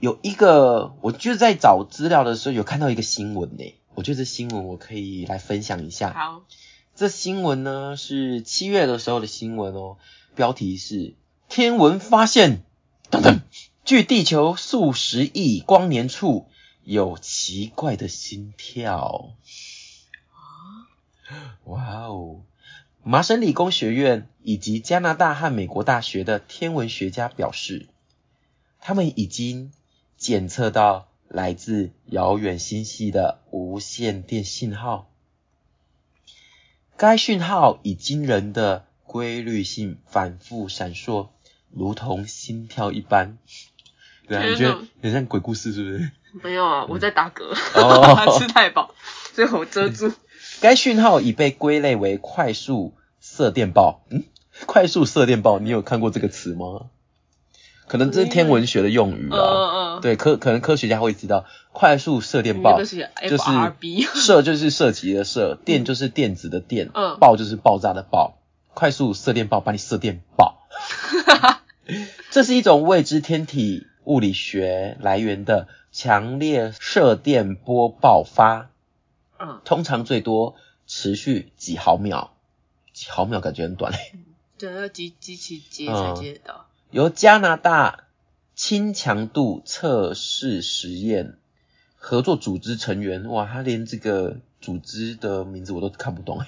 有一个，我就在找资料的时候有看到一个新闻呢、我觉得这新闻我可以来分享一下。好，这新闻呢是七月的时候的新闻哦，标题是“天文发现，等等，距地球数十亿光年处有奇怪的心跳”。哇哦！麻省理工学院以及加拿大和美国大学的天文学家表示，他们已经检测到来自遥远星系的无线电信号。该讯号以惊人的规律性反复闪烁，如同心跳一般。对啊，你觉天哪得很像鬼故事是不是？没有啊，我在打嗝， 哦吃太饱，所以我遮住。 该讯号已被归类为快速射电暴。嗯，快速射电暴，你有看过这个词吗？可能这是天文学的用语嗯啊。嗯，嗯，对，科可能科学家会知道，快速射电你暴那是就是 FRB，射就是射击的射，电就是电子的电，嗯爆就是爆炸的爆，快 速射电暴把你射电爆。这是一种未知天体物理学来源的强烈射电波爆发，嗯，通常最多持续几毫秒，几毫秒感觉很短。 对，要机机器接才接得到。由加拿大轻强度测试实验合作组织成员，哇，他连这个组织的名字我都看不懂 哎。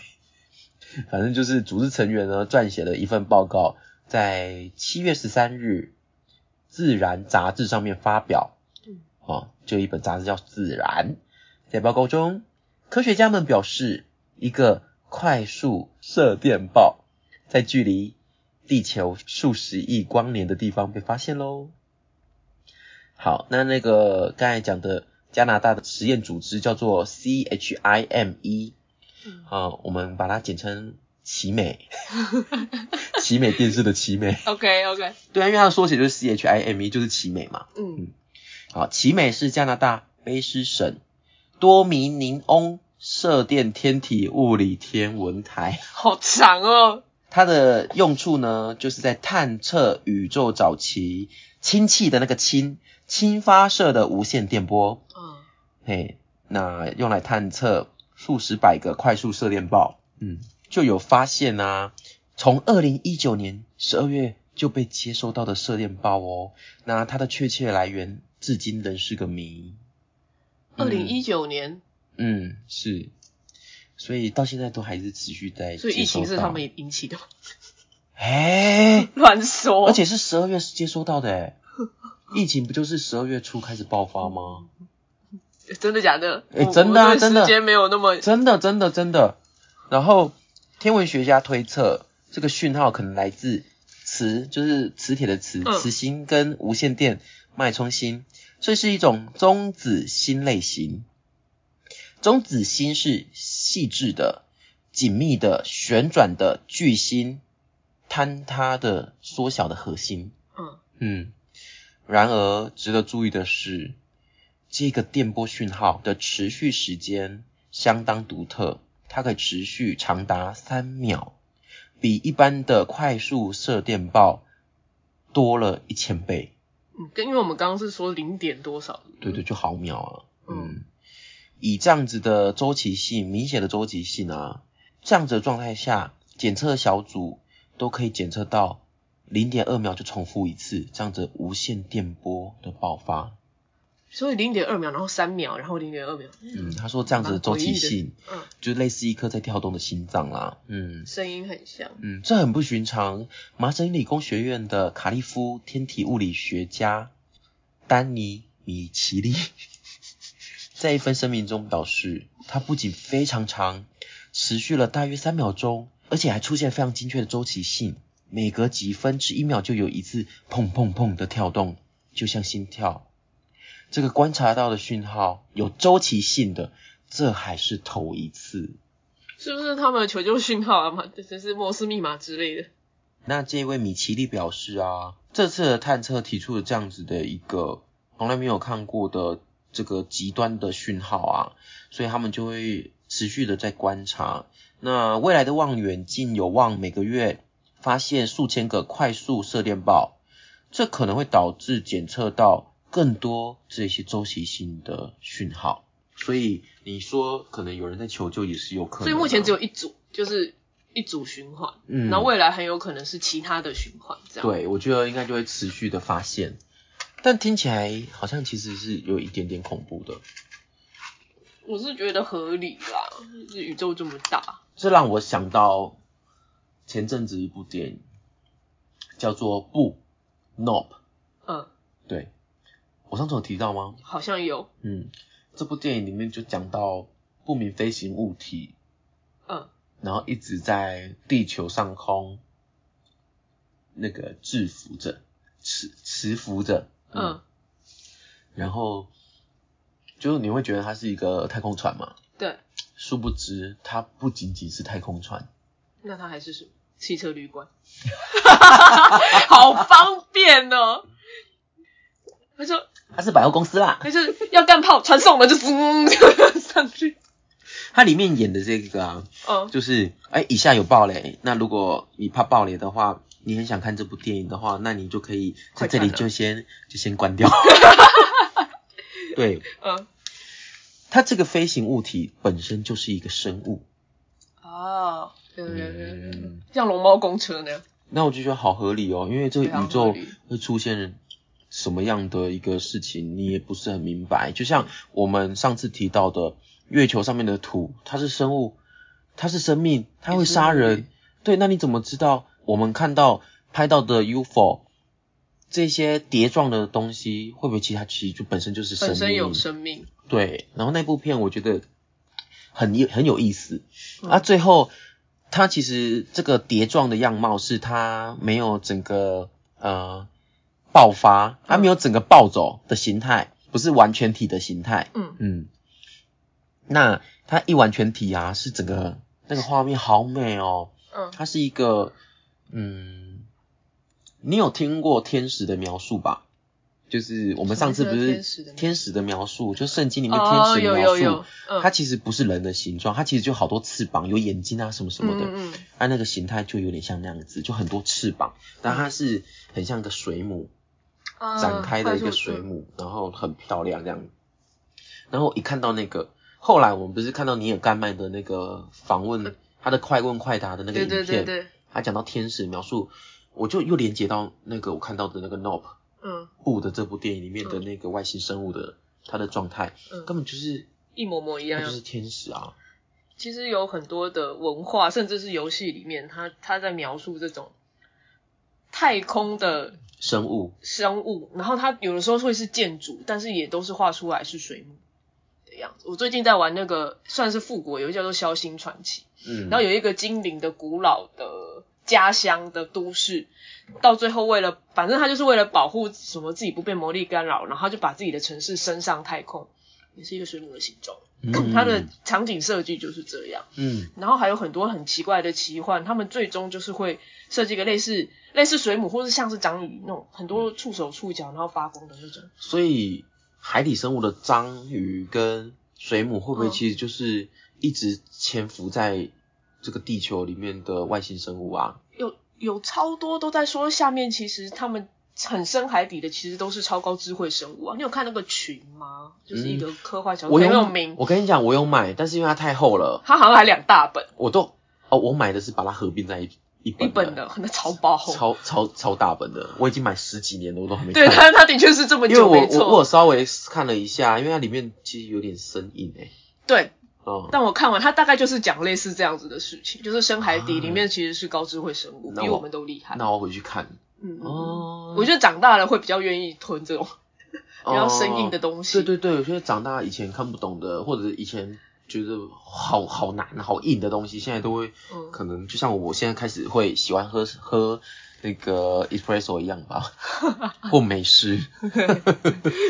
反正就是组织成员呢撰写了一份报告，在七月十三日《自然》杂志上面发表。嗯，哦，就一本杂志叫《自然》。在报告中，科学家们表示，一个快速射电暴在距离地球数十亿光年的地方被发现喽。好，那那个刚才讲的加拿大的实验组织叫做 CHIME，嗯啊、我们把它简称奇美，奇美电视的奇美。 OK OK， 对啊，因为它的缩写就是 CHIME，就是 E，奇美嘛。嗯好，奇美是加拿大卑诗省多米尼翁射电天体物理天文台。好长哦。它的用处呢，就是在探测宇宙早期氢气的那个氢氢发射的无线电波，嗯，嘿，那用来探测数十百个快速射电暴，嗯，就有发现啊，从二零一九年十二月就被接收到的射电暴哦，那它的确切来源至今仍是个谜。二零一九年，嗯，是，所以到现在都还是持续在接收所到，以疫情是他们引起的吗，哎、 乱说。而且是十二月接收到的 欸，疫情不就是十二月初开始爆发吗？真的假的？哎我真的啊我对真的时间没有那么真的，真的，真的。然后天文学家推测，这个讯号可能来自磁，就是磁铁的磁，嗯磁芯跟无线电脉冲芯，这是一种中子星类型。中子星是细致的、紧密的、旋转的巨星坍塌的缩小的核心。嗯嗯，然而值得注意的是，这个电波讯号的持续时间相当独特，它可以持续长达三秒，比一般的快速射电暴多了一千倍。嗯，跟因为我们刚刚是说零点多少，对对，就毫秒啊。嗯嗯，以这样子的周期性，明显的周期性啊，这样子的状态下，检测小组都可以检测到零点二秒就重复一次这样子无线电波的爆发。所以零点二秒，然后三秒，然后零点二秒，嗯，他说这样子的周期性，嗯，就类似一颗在跳动的心脏啦。嗯声音很像。嗯，这很不寻常。麻省理工学院的卡利夫天体物理学家丹尼米奇利在一份声明中表示，它不仅非常长，持续了大约三秒钟，而且还出现非常精确的周期性，每隔几分之一秒就有一次砰砰砰的跳动，就像心跳。这个观察到的讯号有周期性的，这还是头一次。是不是他们的求救讯号啊？ 嘛，这这是摩斯密码之类的。那这位米奇利表示啊，这次的探测提出了这样子的一个从来没有看过的这个极端的讯号啊，所以他们就会持续的在观察。那未来的望远镜有望每个月发现数千个快速射电暴，这可能会导致检测到更多这些周期性的讯号。所以你说可能有人在求救也是有可能、啊所以目前只有，一组，就是一组循环，嗯，然后未来很有可能是其他的循环，这样。，对，我觉得应该就会持续的发现，但听起来好像其实是有一点点恐怖的。我是觉得合理啦，就是宇宙这么大，这让我想到前阵子一部电影叫做《不 Nope》，嗯，对我上次有提到吗？好像有，嗯，这部电影里面就讲到不明飞行物体，嗯，然后一直在地球上空那个制服着、持持服着，嗯，然后就是你会觉得它是一个太空船嘛，对，殊不知它不仅仅是太空船，那它还是什么？汽车旅馆， 好方便哦。他说，它是百货公司啦。他就是要干炮传送了，就噌 上去。它里面演的这个啊，哦，就是哎，以下有暴雷，那如果你怕暴雷的话，你很想看这部电影的话，那你就可以在快这看里了就先就先关掉。 对，嗯，它这个飞行物体本身就是一个生物，哦，对对对对对嗯，像龙猫公车那样，那我就觉得好合理哦，因为这个非常宇合宙理会出现什么样的一个事情，你也不是很明白。就像我们上次提到的，月球上面的土，它是生物，它是生命，它会杀也是人。对，那你怎么知道我们看到拍到的 UFO 这些碟状的东西会不会其实它其实就本身就是生本命？身有生命，对，然后那部片我觉得很有很有意思。嗯啊，最后它其实这个碟状的样貌是它没有整个呃爆发，嗯它没有整个暴走的形态，不是完全体的形态。嗯，嗯，那它一完全体啊，是整个那个画面好美哦，嗯，它是一个嗯，你有听过天使的描述吧？就是我们上次不什么是叫天使的描天使的描述，述就圣经里面天哦，使的有描有述，有，嗯，它其实不是人的形状，它其实就好多翅膀，有眼睛啊什么什么的。嗯嗯嗯它那个形态就有点像那样子，就很多翅膀，但它是很像个水母、啊展开的一个水母，嗯然后很漂亮这样。然后我一看到那个，后来我们不是看到尼尔盖曼的那个访问，他的快问快答的那个对影对片，对对，他讲到天使描述，我就又连接到那个我看到的那个 Nope 嗯布的这部电影里面的那个外星生物的它的状态，根嗯，本就是一模模一它样就。是天使啊。其实有很多的文化，甚至是游戏里面，他他在描述这种太空的生物，生物，然后它有的时候会是建筑，但是也都是画出来是水母的样子。我最近在玩那个算是复古，有一个叫做《枭星传奇》，嗯，然后有一个精灵的古老的家乡的都市，到最后为了，反正他就是为了保护什么自己不被魔力干扰，然后他就把自己的城市升上太空，也是一个水母的形状。嗯它的场景设计就是这样。嗯然后还有很多很奇怪的奇幻，他们最终就是会设计一个类似类似水母或是像是章鱼那种很多触手触角然后发光的那种。所以海底生物的章鱼跟水母会不会嗯其实就是一直潜伏在这个地球里面的外星生物啊？有有超多都在说下面其实他们很深海底的其实都是超高智慧生物啊。你有看那个群吗？就是一个科幻小说，我很嗯有有名，我跟你讲，我有买，但是因为它太厚了，它好像还两大本，我都哦，我买的是把它合并在一一一本本的，那超薄厚。超超超大本的，我已经买十几年了，我都还没对，看。它它的确是这么因为久，我没我我有错。稍微看了一下，因为它里面其实有点生硬诶、对，哦、但我看完它大概就是讲类似这样子的事情，就是深海底里面其实是高智慧生物，那比我我们都厉害。那我回去看嗯，嗯哦。我觉得长大了会比较愿意吞这种比较生硬的哦东西。对对对，有些长大以前看不懂的，或者是以前觉得好好难、好硬的东西，现在都会嗯可能就像我现在开始会喜欢喝喝那个 espresso 一样 吧，或美式。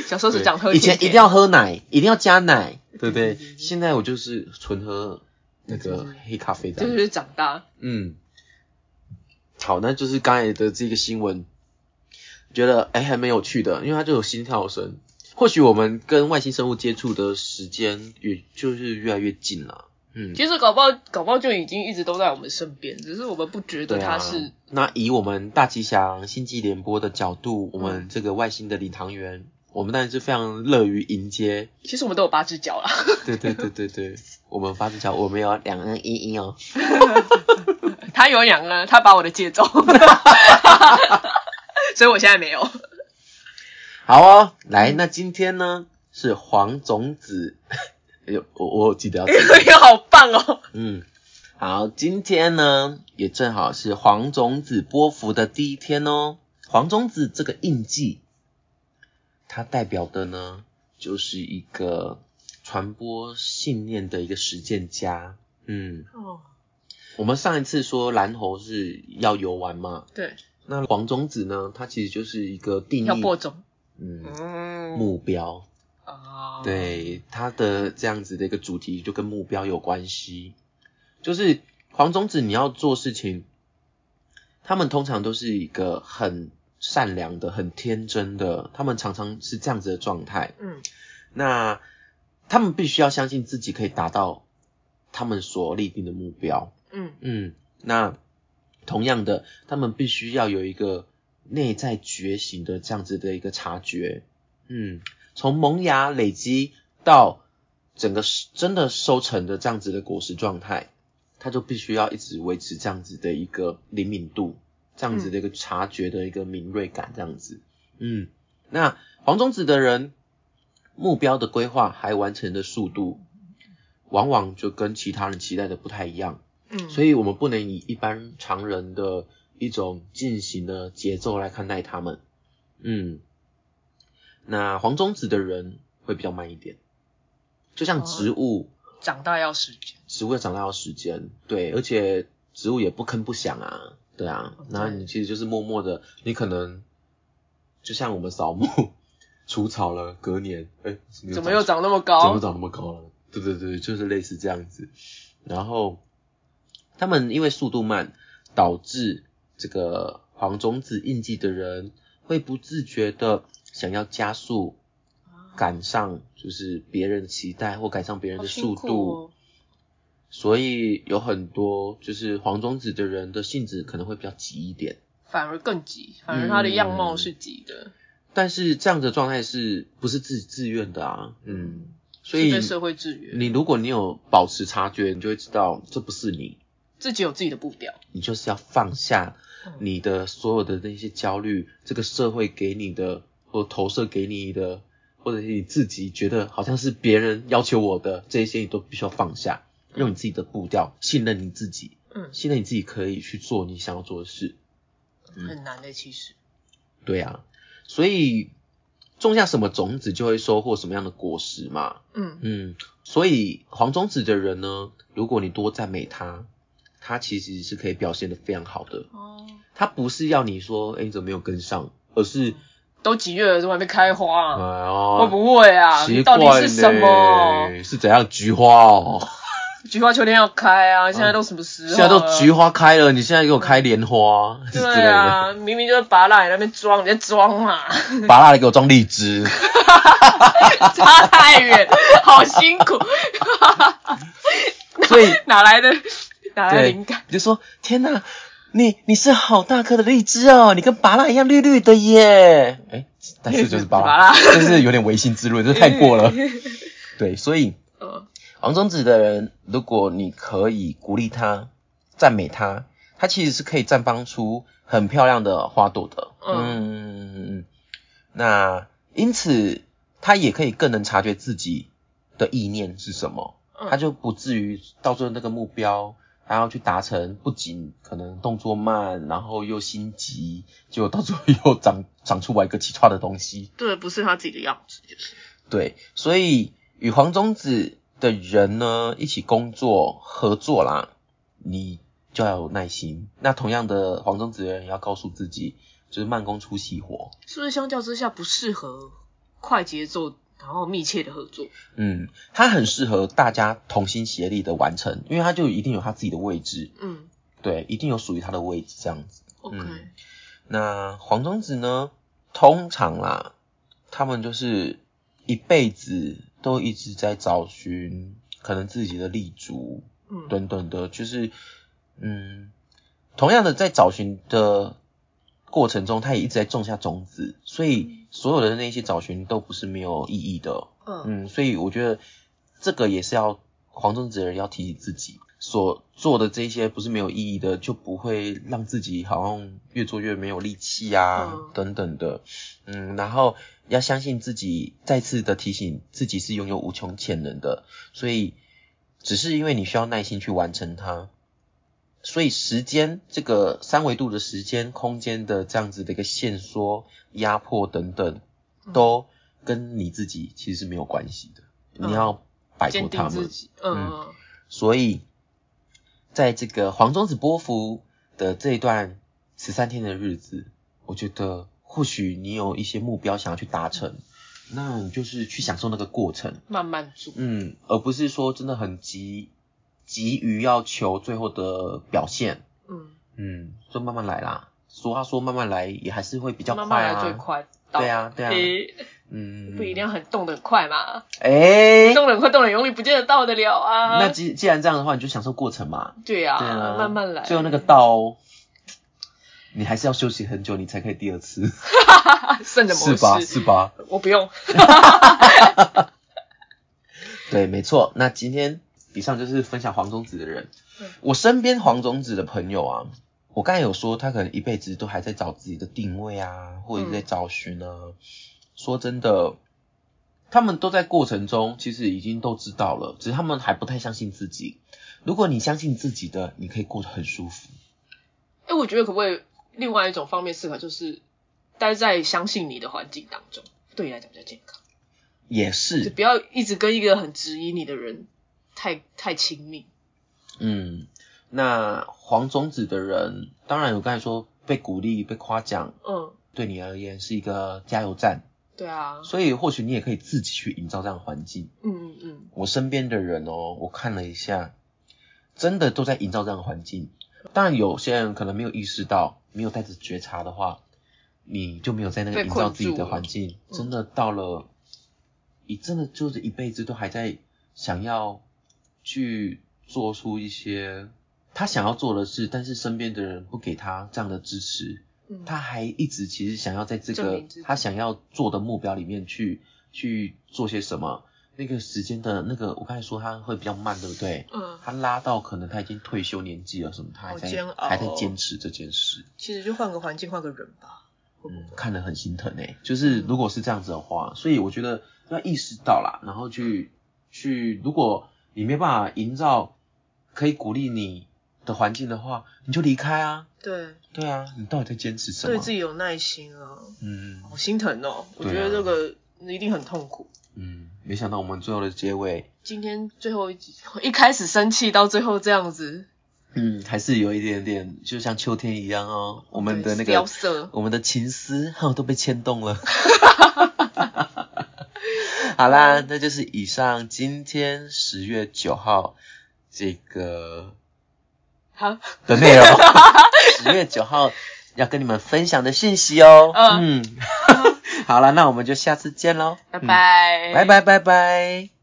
小时候只讲喝以甜前点，一定要喝奶，一定要加奶，对不对对对对？现在我就是纯喝那对对个对黑咖啡这就的。是长大。嗯，好，那就是刚才的这个新闻，觉得哎还蛮有趣的，因为它就有心跳声。或许我们跟外星生物接触的时间也就是越来越近了。嗯，其实搞不好，搞不好就已经一直都在我们身边，只是我们不觉得对它啊是。。那以我们大吉祥星际联播的角度，我们这个外星的领航员，我们当然是非常乐于迎接。其实我们都有八只脚啦。 对对对对对，我们发这条，我们要两个人一一哦。他有两个，他把我的 借走，所以我现在没有。好哦，来，那今天呢是黄种子， 哎呦，我我有记得要讲哎呀，好棒哦！嗯，好，今天呢也正好是黄种子播服的第一天哦。黄种子这个印记，它代表的呢就是一个传播信念的一个实践家。嗯，哦，我们上一次说蓝猴是要游玩嘛，对，那黄种子呢，它其实就是一个定要义播种。嗯嗯，目标，啊，，对它的这样子的一个主题就跟目标有关系，就是黄种子你要做事情，他们通常都是一个很善良的、很天真的，他们常常是这样子的状态。嗯那他们必须要相信自己可以达到他们所立定的目标。嗯嗯，那同样的，他们必须要有一个内在觉醒的这样子的一个察觉，嗯，从萌芽累积到整个真的收成的这样子的果实状态，它就必须要一直维持这样子的一个灵敏度，这样子的一个察觉的一个敏锐感，这样子，嗯，那黄种子的人目标的规划还有完成的速度，往往就跟其他人期待的不太一样。嗯，所以我们不能以一般常人的一种进行的节奏来看待他们。嗯，那黄种子的人会比较慢一点，就像植哦物，长大要时间。植物要长大要时间，对，而且植物也不吭不响啊，对啊哦，然后对你其实就是默默的，你可能就像我们扫墓除草了，隔年，哎，怎么又长出长那么怎么高？长那么高了？对对对，就是类似这样子。然后他们因为速度慢，导致这个黄种子印记的人会不自觉的想要加速，啊赶上就是别人的期待或赶上别人好的辛速苦度。哦所以有很多就是黄种子的人的性子可能会比较急一点，反而更急，反而他嗯的样貌是急的，但是这样的状态是不是自自愿的啊？嗯，所是以被社会制约，你如果你有保持察觉，你就会知道这不是你，自己有自己的步调。你就是要放下嗯你的所有的那些焦虑，这个社会给你的或投射给你的，或者是你自己觉得好像是别人要求我的这一些，你都必须要放下，用你自己的步调，信任你自己，嗯，信任你自己可以去做你想要做的事。嗯很难的、其实。对啊，所以种下什么种子，就会收获什么样的果实嘛。嗯，嗯，所以黄种子的人呢，如果你多赞美他，他其实是可以表现的非常好的。哦，他不是要你说，哎、你怎么没有跟上，而是，都几月了，怎么还没开花、哎啊？会呦，不会啊？奇你怪到呢底是什么？？是怎样菊花哦？菊花秋天要开啊，现在都什么时候了？现在都菊花开了，你现在给我开莲花、之类对的，啊，明明就是拔蜡，你在那边装，你在装嘛， 拔蜡来给我装荔枝。差太远，好辛苦， 所以哪来的哪来的对灵感？你就说，天哪，你你是好大颗的荔枝哦，你跟拔蜡一样绿绿的耶。哎，但是就是拔蜡， 拔蜡这是有点违心之论，这太过了。对，所以嗯黄宗子的人，如果你可以鼓励他、赞美他，他其实是可以绽放出很漂亮的花朵的。嗯，嗯那因此他也可以更能察觉自己的意念是什么，嗯他就不至于到最后那个目标。还要去达成，不仅可能动作慢，然后又心急，结果到最后又长长出来一个奇差的东西。对，不是他自己的样子，就是对，所以与黄宗子的人呢一起工作合作啦，你就要有耐心。那同样的，黄宗子的人也要告诉自己，就是慢工出细活。是不是相较之下不适合快节奏然后密切的合作？嗯，他很适合大家同心协力的完成，因为他就一定有他自己的位置，嗯对，一定有属于他的位置这样子。 ，OK，嗯那黄宗子呢，通常啦，他们就是一辈子都一直在找寻可能自己的立足，嗯，等等的，就是嗯，同样的在找寻的过程中，他也一直在种下种子，所以所有的那些找寻都不是没有意义的。嗯嗯，所以我觉得这个也是要黄宗泽要提醒自己，所做的这些不是没有意义的，就不会让自己好像越做越没有力气啊、嗯等等的。嗯，然后要相信自己，再次的提醒自己是拥有无穷潜能的，所以只是因为你需要耐心去完成它。所以时间这个三维度的时间、空间的这样子的一个限缩、压迫等等，都跟你自己其实是没有关系的，嗯你要摆脱坚他定自们。己，嗯所以，在这个黄宗子波幅的这一段十三天的日子，我觉得或许你有一些目标想要去达成，嗯那你就是去享受那个过程，慢慢做，嗯，而不是说真的很急急于要求最后的表现，嗯，嗯，就慢慢来啦。俗话说慢慢来也还是会比较快慢啊，慢来最快，对，啊，对啊，诶，嗯，不一定要很动得很快嘛，哎、动得很快，动得很用力，不见得到得了啊。那既既然这样的话，你就享受过程嘛。对对啊啊，，慢慢来，最后那个到你还是要休息很久，你才可以第二次，圣啊人模是吧？式，是吧？我不用。对，没错。那今天以上就是分享黄种子的人对。我身边黄种子的朋友啊，我刚才有说他可能一辈子都还在找自己的定位啊，或者是在找寻啊。说真的，他们都在过程中其实已经都知道了，只是他们还不太相信自己。如果你相信自己的，你可以过得很舒服。哎、我觉得可不可以另外一种方面思考，就是待在相信你的环境当中，对你来讲比较健康，也，就是不要一直跟一个很质疑你的人太太亲密。嗯，那黄种子的人，当然我刚才说被鼓励、被夸奖，嗯，对你而言是一个加油站。对啊，所以或许你也可以自己去营造这样的环境。嗯嗯嗯，我身边的人哦，我看了一下，真的都在营造这样的环境。当然，有些人可能没有意识到，没有带着觉察的话，你就没有在那个被营困造自己住的了环境。嗯真的到了，你真的就是一辈子都还在想要去做出一些他想要做的事，但是身边的人不给他这样的支持，嗯他还一直其实想要在这证个明自己他想要做的目标里面去去做些什么。那个时间的那个，我刚才说他会比较慢，对不对？嗯，他拉到可能他已经退休年纪了什么，他还好在煎熬还在坚持这件事，其实就换个环境，换个人吧。会不嗯会，看得很心疼诶、就是如果是这样子的话，所以我觉得要意识到啦，然后去去，如果你没办法营造可以鼓励你的环境的话，你就离开啊。对，对啊，你到底在坚持什么？对自己有耐心啊，嗯好心疼哦。我觉对啊得这个一定很痛苦。嗯，没想到我们最后的结尾，今天最后一集，一开始生气到最后这样子，嗯，还是有一点点，就像秋天一样哦，我们的那对飙个色，我们的情丝哈都被牵动了。好啦，那就是以上今天十月九号这个好，的内容，十月九号要跟你们分享的讯息哦。 嗯，好啦，那我们就下次见喽，拜拜，嗯，拜拜拜拜。